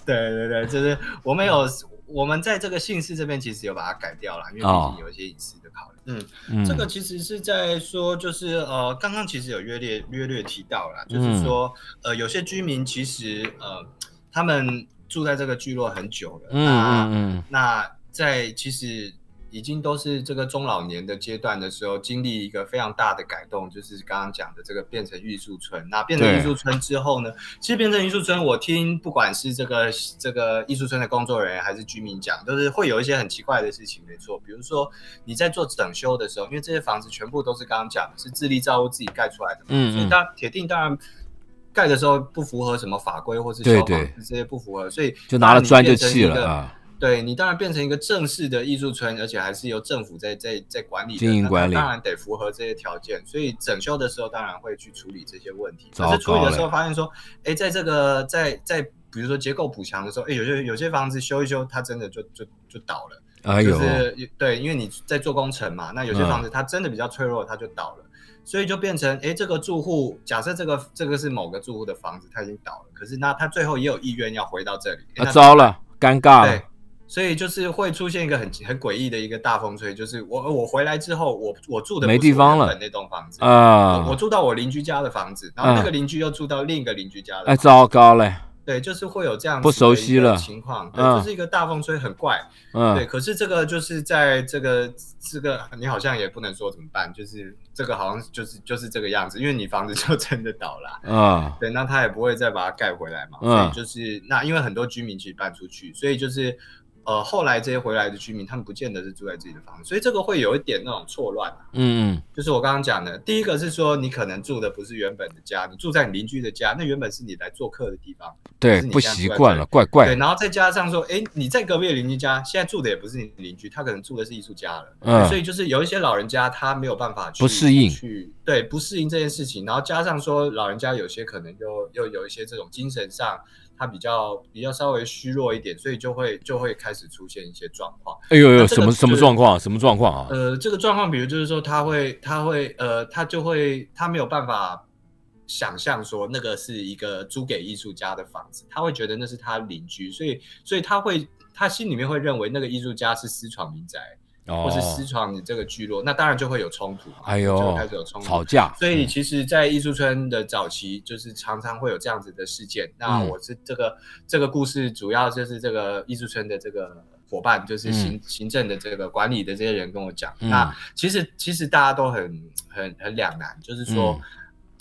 [SPEAKER 3] 对对对，就是我们有
[SPEAKER 2] 嗯
[SPEAKER 3] 我们在这个姓氏这边其实有把它改掉了，因为毕
[SPEAKER 2] 哦
[SPEAKER 3] 竟有一些隐私的考量。嗯，
[SPEAKER 2] 嗯
[SPEAKER 3] 这个其实是在说，就是呃，刚刚其实有略略略略提到啦，就
[SPEAKER 2] 嗯
[SPEAKER 3] 是说、呃，有些居民其实呃，他们住在这个聚落很久了，
[SPEAKER 2] 嗯
[SPEAKER 3] 那
[SPEAKER 2] 嗯
[SPEAKER 3] 那在其实已经都是这个中老年的阶段的时候，经历一个非常大的改动，就是刚刚讲的这个变成艺术村。那变成
[SPEAKER 2] 对
[SPEAKER 3] 艺术村之后呢，其实变成艺术村，我听不管是这个这个艺术村的工作人员还是居民讲，都是会有一些很奇怪的事情，没错。比如说你在做整修的时候，因为这些房子全部都是刚刚讲的是自力造屋自己盖出来的嘛，
[SPEAKER 2] 嗯
[SPEAKER 3] 所以
[SPEAKER 2] 嗯
[SPEAKER 3] 当铁定当然。盖的时候不符合什么法规或是
[SPEAKER 2] 对
[SPEAKER 3] 消防
[SPEAKER 2] 对
[SPEAKER 3] 这些不符合，所以
[SPEAKER 2] 就拿了
[SPEAKER 3] 当你
[SPEAKER 2] 砖就
[SPEAKER 3] 变成
[SPEAKER 2] 气
[SPEAKER 3] 一
[SPEAKER 2] 了
[SPEAKER 3] 个
[SPEAKER 2] 啊，
[SPEAKER 3] 对你当然变成一个正式的艺术村，而且还是由政府在在在管理的
[SPEAKER 2] 经营
[SPEAKER 3] 那它
[SPEAKER 2] 管理
[SPEAKER 3] 当然得符合这些条件。所以整修的时候当然会去处理这些问题。
[SPEAKER 2] 糟糕
[SPEAKER 3] 可是处理的时候
[SPEAKER 2] 嘞
[SPEAKER 3] 发现说，哎，在这个在在比如说结构补强的时候，哎，有些有些房子修一修，它真的就就就倒了。
[SPEAKER 2] 哎呦
[SPEAKER 3] 就，是对，因为你在做工程嘛，那有些
[SPEAKER 2] 嗯
[SPEAKER 3] 房子它真的比较脆弱，它就倒了，所以就变成哎，诶这个住户假设这个这个是某个住户的房子，它已经倒了，可是那他最后也有意愿要回到这里，诶那
[SPEAKER 2] 啊糟了，尴尬
[SPEAKER 3] 对
[SPEAKER 2] 了，，
[SPEAKER 3] 所以就是会出现一个很很诡异的一个大风吹，就是我我回来之后，我我住的
[SPEAKER 2] 没
[SPEAKER 3] 不是
[SPEAKER 2] 地方
[SPEAKER 3] 我
[SPEAKER 2] 了
[SPEAKER 3] 原本那栋房子
[SPEAKER 2] 啊
[SPEAKER 3] 我我住到我邻居家的房子，然后那
[SPEAKER 2] 嗯
[SPEAKER 3] 个邻居又住到另一个邻居家的
[SPEAKER 2] 哎
[SPEAKER 3] 房子，
[SPEAKER 2] 糟糕嘞，
[SPEAKER 3] 对，就是会有这样
[SPEAKER 2] 不
[SPEAKER 3] 子的
[SPEAKER 2] 熟
[SPEAKER 3] 一
[SPEAKER 2] 悉
[SPEAKER 3] 个
[SPEAKER 2] 了
[SPEAKER 3] 情况，对，
[SPEAKER 2] 嗯
[SPEAKER 3] 就是一个大风吹很怪，对，
[SPEAKER 2] 嗯，
[SPEAKER 3] 可是这个就是在这个这个你好像也不能说怎么办，就是这个好像就是就是这个样子，因为你房子就真的倒了啊、
[SPEAKER 2] 啊，
[SPEAKER 3] 对，那他也不会再把它盖回来嘛。
[SPEAKER 2] 嗯
[SPEAKER 3] 所以就是那因为很多居民其实搬出去，所以就是呃后来这些回来的居民，他们不见得是住在自己的房子，所以这个会有一点那种错乱、啊。
[SPEAKER 2] 嗯嗯，
[SPEAKER 3] 就是我刚刚讲的，第一个是说你可能住的不是原本的家，你住在你邻居的家，那原本是你来做客的地方。
[SPEAKER 2] 对
[SPEAKER 3] 可是，你
[SPEAKER 2] 不
[SPEAKER 3] 现在
[SPEAKER 2] 习
[SPEAKER 3] 住在
[SPEAKER 2] 惯
[SPEAKER 3] 这
[SPEAKER 2] 了，
[SPEAKER 3] 里
[SPEAKER 2] 怪怪
[SPEAKER 3] 对，
[SPEAKER 2] 的，
[SPEAKER 3] 然后再加上说，哎，你在隔壁的邻居家，现在住的也不是你邻居，他可能住的是艺术家了，
[SPEAKER 2] 嗯
[SPEAKER 3] 所以就是有一些老人家他没有办法去
[SPEAKER 2] 不适应
[SPEAKER 3] 去对不适应这件事情，然后加上说老人家有些可能又又有一些这种精神上他比较比较稍微虚弱一点，所以就会就会开始出现一些状况。
[SPEAKER 2] 哎呦呦，
[SPEAKER 3] 那这
[SPEAKER 2] 什
[SPEAKER 3] 个
[SPEAKER 2] 么什么
[SPEAKER 3] 是
[SPEAKER 2] 状况？什么状况啊？
[SPEAKER 3] 呃，这个状况，比如就是说他会他会呃他就会他没有办法。想象说那个是一个租给艺术家的房子，他会觉得那是他邻居，所以所以他会他心里面会认为那个艺术家是私闯民宅，
[SPEAKER 2] 哦
[SPEAKER 3] 或呃是，私闯你这个聚落，那当然就会有冲突嘛，
[SPEAKER 2] 哎
[SPEAKER 3] 就
[SPEAKER 2] 呦嗯
[SPEAKER 3] 开始有冲，突。
[SPEAKER 2] 吵架，
[SPEAKER 3] 所以其实，在艺术村的早期，就是常常会有这样子的事件。那
[SPEAKER 2] 嗯
[SPEAKER 3] 我是这个这个故事，主要就是这个艺术村的这个伙伴，就是行、行政的这个管理的这些人跟我讲。
[SPEAKER 2] 嗯
[SPEAKER 3] 那其实其实大家都很很很两难，就是说。
[SPEAKER 2] 嗯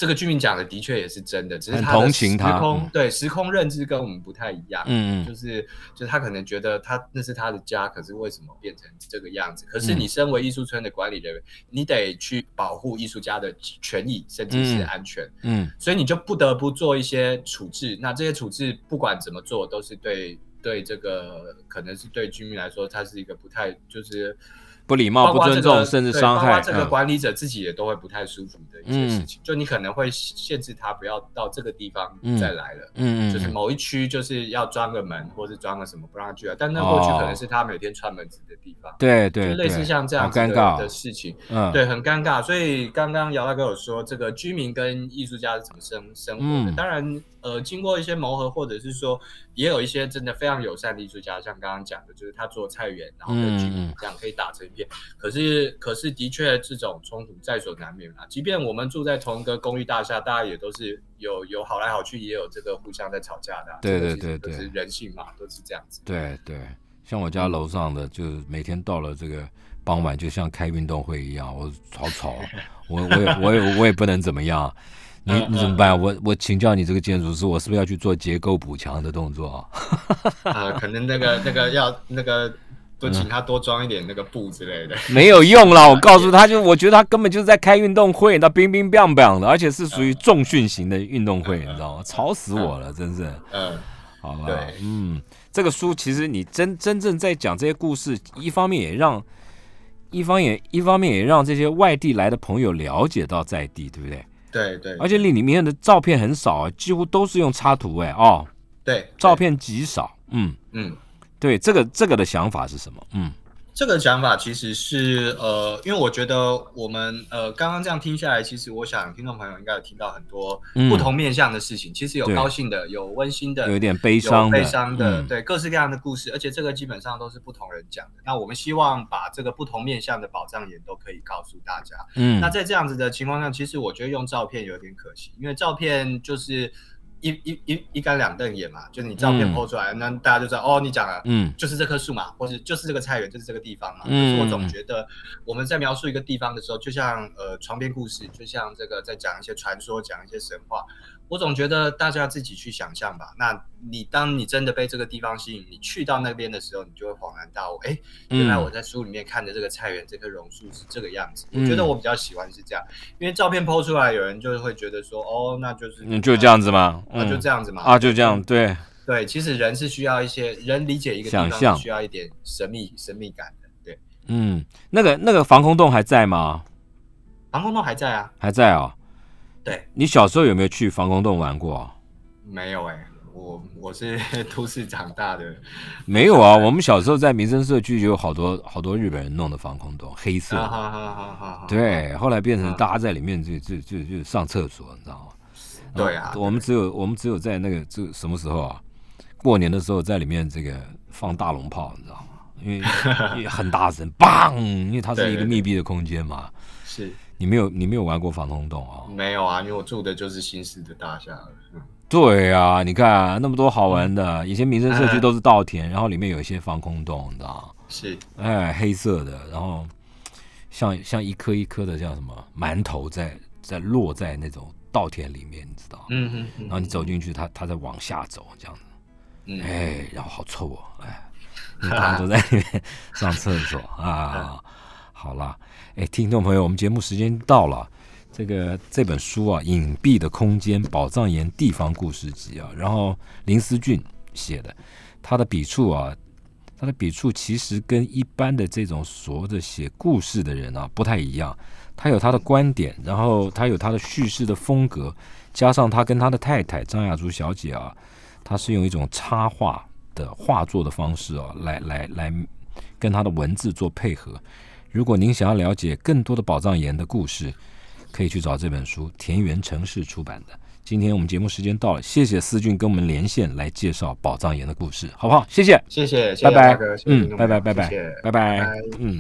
[SPEAKER 3] 这个居民讲的的确也是真的，只是
[SPEAKER 2] 很
[SPEAKER 3] 他的
[SPEAKER 2] 同情
[SPEAKER 3] 时
[SPEAKER 2] 他
[SPEAKER 3] 空
[SPEAKER 2] 嗯
[SPEAKER 3] 对时空认知跟我们不太一样。
[SPEAKER 2] 嗯
[SPEAKER 3] 就
[SPEAKER 2] 嗯
[SPEAKER 3] 是就是他可能觉得他那是他的家，可是为什么变成这个样子？可是
[SPEAKER 2] 嗯
[SPEAKER 3] 你身为艺术村的管理人员，你得去保护艺术家的权益，甚至是
[SPEAKER 2] 嗯
[SPEAKER 3] 安全，
[SPEAKER 2] 嗯
[SPEAKER 3] 所以你就不得不做一些处置。那这些处置不管怎么做，都是对对这个可能是对居民来说，它是一个不太就是。
[SPEAKER 2] 不礼貌
[SPEAKER 3] 包括
[SPEAKER 2] 不尊
[SPEAKER 3] 这个
[SPEAKER 2] 重甚至
[SPEAKER 3] 对
[SPEAKER 2] 伤
[SPEAKER 3] 包括
[SPEAKER 2] 害
[SPEAKER 3] 这个
[SPEAKER 2] 嗯
[SPEAKER 3] 管理者自己也都会不太舒服的一些事情，就你可能会限制他不要到这个地方
[SPEAKER 2] 嗯
[SPEAKER 3] 再来了。
[SPEAKER 2] 嗯嗯，
[SPEAKER 3] 就是
[SPEAKER 2] 嗯
[SPEAKER 3] 某一区就是要装个门，或是装个什么不让他进来，但那过去可能是他每天串门子的地方，
[SPEAKER 2] 对哦对，
[SPEAKER 3] 就类似
[SPEAKER 2] 对
[SPEAKER 3] 像这样
[SPEAKER 2] 好
[SPEAKER 3] 子的
[SPEAKER 2] 尴尬
[SPEAKER 3] 的
[SPEAKER 2] 哦，
[SPEAKER 3] 事情，
[SPEAKER 2] 嗯，
[SPEAKER 3] 对，很尴尬。所以刚刚姚大哥有说，这个居民跟艺术家是怎么生生活的？
[SPEAKER 2] 嗯
[SPEAKER 3] 当然，呃，经过一些磨合，或者是说，也有一些真的非常友善的艺术家，像刚刚讲的，就是他做菜园，然后跟居
[SPEAKER 2] 嗯嗯
[SPEAKER 3] 民这样可以打成一片。可是，可是的确这种冲突在所难免啊。即便我们住在同一个公寓大厦，大家也都是有有好来好去，也有这个互相在吵架的啊、
[SPEAKER 2] 对
[SPEAKER 3] 这个
[SPEAKER 2] 对
[SPEAKER 3] 其
[SPEAKER 2] 对
[SPEAKER 3] 实都
[SPEAKER 2] 对
[SPEAKER 3] 是人性嘛，都是这样
[SPEAKER 2] *laughs*
[SPEAKER 3] 子。
[SPEAKER 2] 对对，像我家楼上的，就是每天到了这个傍晚，就像开运动会一样，我好吵啊，我我也我也我也不能怎么样。啊你
[SPEAKER 3] 嗯
[SPEAKER 2] 你怎么
[SPEAKER 3] 嗯
[SPEAKER 2] 办？啊我我请教你这个建筑师，我是不是要去做结构补强的动作？
[SPEAKER 3] 啊，可能那个那个要那个。多
[SPEAKER 2] 嗯
[SPEAKER 3] 请他多装一点那个布之类的，
[SPEAKER 2] 没有用了，我告诉他，就我觉得他根本就是在开运动会，那冰冰棒棒的，而且是属于重训型的运动会，你知道吗？吵死我了，真是。
[SPEAKER 3] 嗯，
[SPEAKER 2] 好吧
[SPEAKER 3] 对，
[SPEAKER 2] 嗯，这个书其实你真真正在讲这些故事，一方面也让，一方面一方面也让这些外地来的朋友了解到在地，对不对？
[SPEAKER 3] 对对，
[SPEAKER 2] 而且里里面的照片很少，几乎都是用插图，哎，哦，
[SPEAKER 3] 对
[SPEAKER 2] 照，片极少，嗯，
[SPEAKER 3] 对嗯，
[SPEAKER 2] 对，这个这个的想法是什么？嗯
[SPEAKER 3] 这个想法其实是呃，因为我觉得我们呃刚刚这样听下来，其实我想听众朋友应该有听到很多
[SPEAKER 2] 嗯
[SPEAKER 3] 不同面向的事情，其实有
[SPEAKER 2] 对
[SPEAKER 3] 高兴的，有温馨的，
[SPEAKER 2] 有一点悲伤的
[SPEAKER 3] 有悲伤的，
[SPEAKER 2] 嗯
[SPEAKER 3] 对各式各样的故事，而且这个基本上都是不同人讲的。那我们希望把这个不同面向的宝藏也都可以告诉大家。
[SPEAKER 2] 嗯
[SPEAKER 3] 那在这样子的情况下，其实我觉得用照片有点可惜，因为照片就是一一一一竿两瞪眼嘛，就是你照片
[SPEAKER 2] 嗯
[SPEAKER 3] PO 出来，那大家就知道哦，你讲了。
[SPEAKER 2] 嗯
[SPEAKER 3] 就是这棵树嘛，或者就是这个菜园，就是这个地方嘛。
[SPEAKER 2] 嗯
[SPEAKER 3] 可是我总觉得我们在描述一个地方的时候，就像呃床边故事，就像这个在讲一些传说，讲一些神话。我总觉得大家自己去想象吧。那你当你真的被这个地方吸引，你去到那边的时候，你就会恍然大悟，哎，原来我在书里面看的这个菜园，这棵榕树是这个样子。
[SPEAKER 2] 嗯
[SPEAKER 3] 我觉得我比较喜欢是这样，因为照片剖出来，有人就会觉得说，哦，那就是
[SPEAKER 2] 嗯，就这样子嘛，
[SPEAKER 3] 啊，就这
[SPEAKER 2] 样
[SPEAKER 3] 样嗯子嘛，
[SPEAKER 2] 啊，就这样，对，
[SPEAKER 3] 对，其实人是需要一些人理解一个地
[SPEAKER 2] 想
[SPEAKER 3] 方
[SPEAKER 2] 象
[SPEAKER 3] 是需要一点神秘神秘感的。对，
[SPEAKER 2] 嗯，那个那个防空洞还在吗？
[SPEAKER 3] 防空洞还在啊？
[SPEAKER 2] 还在哦。
[SPEAKER 3] 对，
[SPEAKER 2] 你小时候有没有去防空洞玩过？
[SPEAKER 3] 没有哎、我我是 *laughs* 都市长大的
[SPEAKER 2] 没有
[SPEAKER 3] *laughs*
[SPEAKER 2] 啊，我们小时候在民生社区就有好多好多日本人弄的防空洞，黑色
[SPEAKER 3] 啊，
[SPEAKER 2] 的。
[SPEAKER 3] 哈哈哈哈哈。
[SPEAKER 2] 对，后来变成
[SPEAKER 3] 啊
[SPEAKER 2] 大家在里面就就就就上厕所，你知道吗？
[SPEAKER 3] 对啊，
[SPEAKER 2] 我们只有我们只有在那个这什么时候啊？过年的时候在里面这个放大龙炮，你知道吗？因
[SPEAKER 3] *laughs*
[SPEAKER 2] 为因为很大声，砰！因为它是一个
[SPEAKER 3] 对对对
[SPEAKER 2] 密闭的空间嘛。
[SPEAKER 3] 是
[SPEAKER 2] 你没有你没有玩过防空洞啊、
[SPEAKER 3] 没有啊，因为我住的就是新式的大厦了。嗯
[SPEAKER 2] 对啊，你看啊那么多好玩的，以前民生社区都是稻田，然后里面有一些防空洞，你知道吗？
[SPEAKER 3] 是
[SPEAKER 2] 哎，黑色的，然后像像一颗一颗的叫什么馒头在在落在那种稻田里面，你知道？
[SPEAKER 3] 嗯嗯嗯
[SPEAKER 2] 然后你走进去，它它在往下走，这样子，
[SPEAKER 3] 嗯，
[SPEAKER 2] 哦哎，然后好臭哦，哎，因为他们都在里面上厕所啊。好啦，哎，听众朋友，我们节目时间到了。这个这本书啊，《隐蔽的空间：宝藏岩地方故事集》啊，然后林思俊写的，他的笔触啊，他的笔触其实跟一般的这种所谓的写故事的人啊不太一样，他有他的观点，然后他有他的叙事的风格，加上他跟他的太太张雅竹小姐啊，他是用一种插画的画作的方式哦，来来来跟他的文字做配合。如果您想要了解更多的宝藏岩的故事，可以去找这本书，田园城市出版的。今天我们节目时间到了，谢谢思俊跟我们连线来介绍宝藏岩的故事，好不好？谢谢，
[SPEAKER 3] 谢谢，谢谢
[SPEAKER 2] 拜拜
[SPEAKER 3] 大哥，谢谢
[SPEAKER 2] 嗯，
[SPEAKER 3] 听众
[SPEAKER 2] 拜
[SPEAKER 3] 朋
[SPEAKER 2] 拜，
[SPEAKER 3] 友
[SPEAKER 2] 拜拜
[SPEAKER 3] 谢谢，
[SPEAKER 2] 拜拜
[SPEAKER 3] 拜拜，
[SPEAKER 2] 嗯。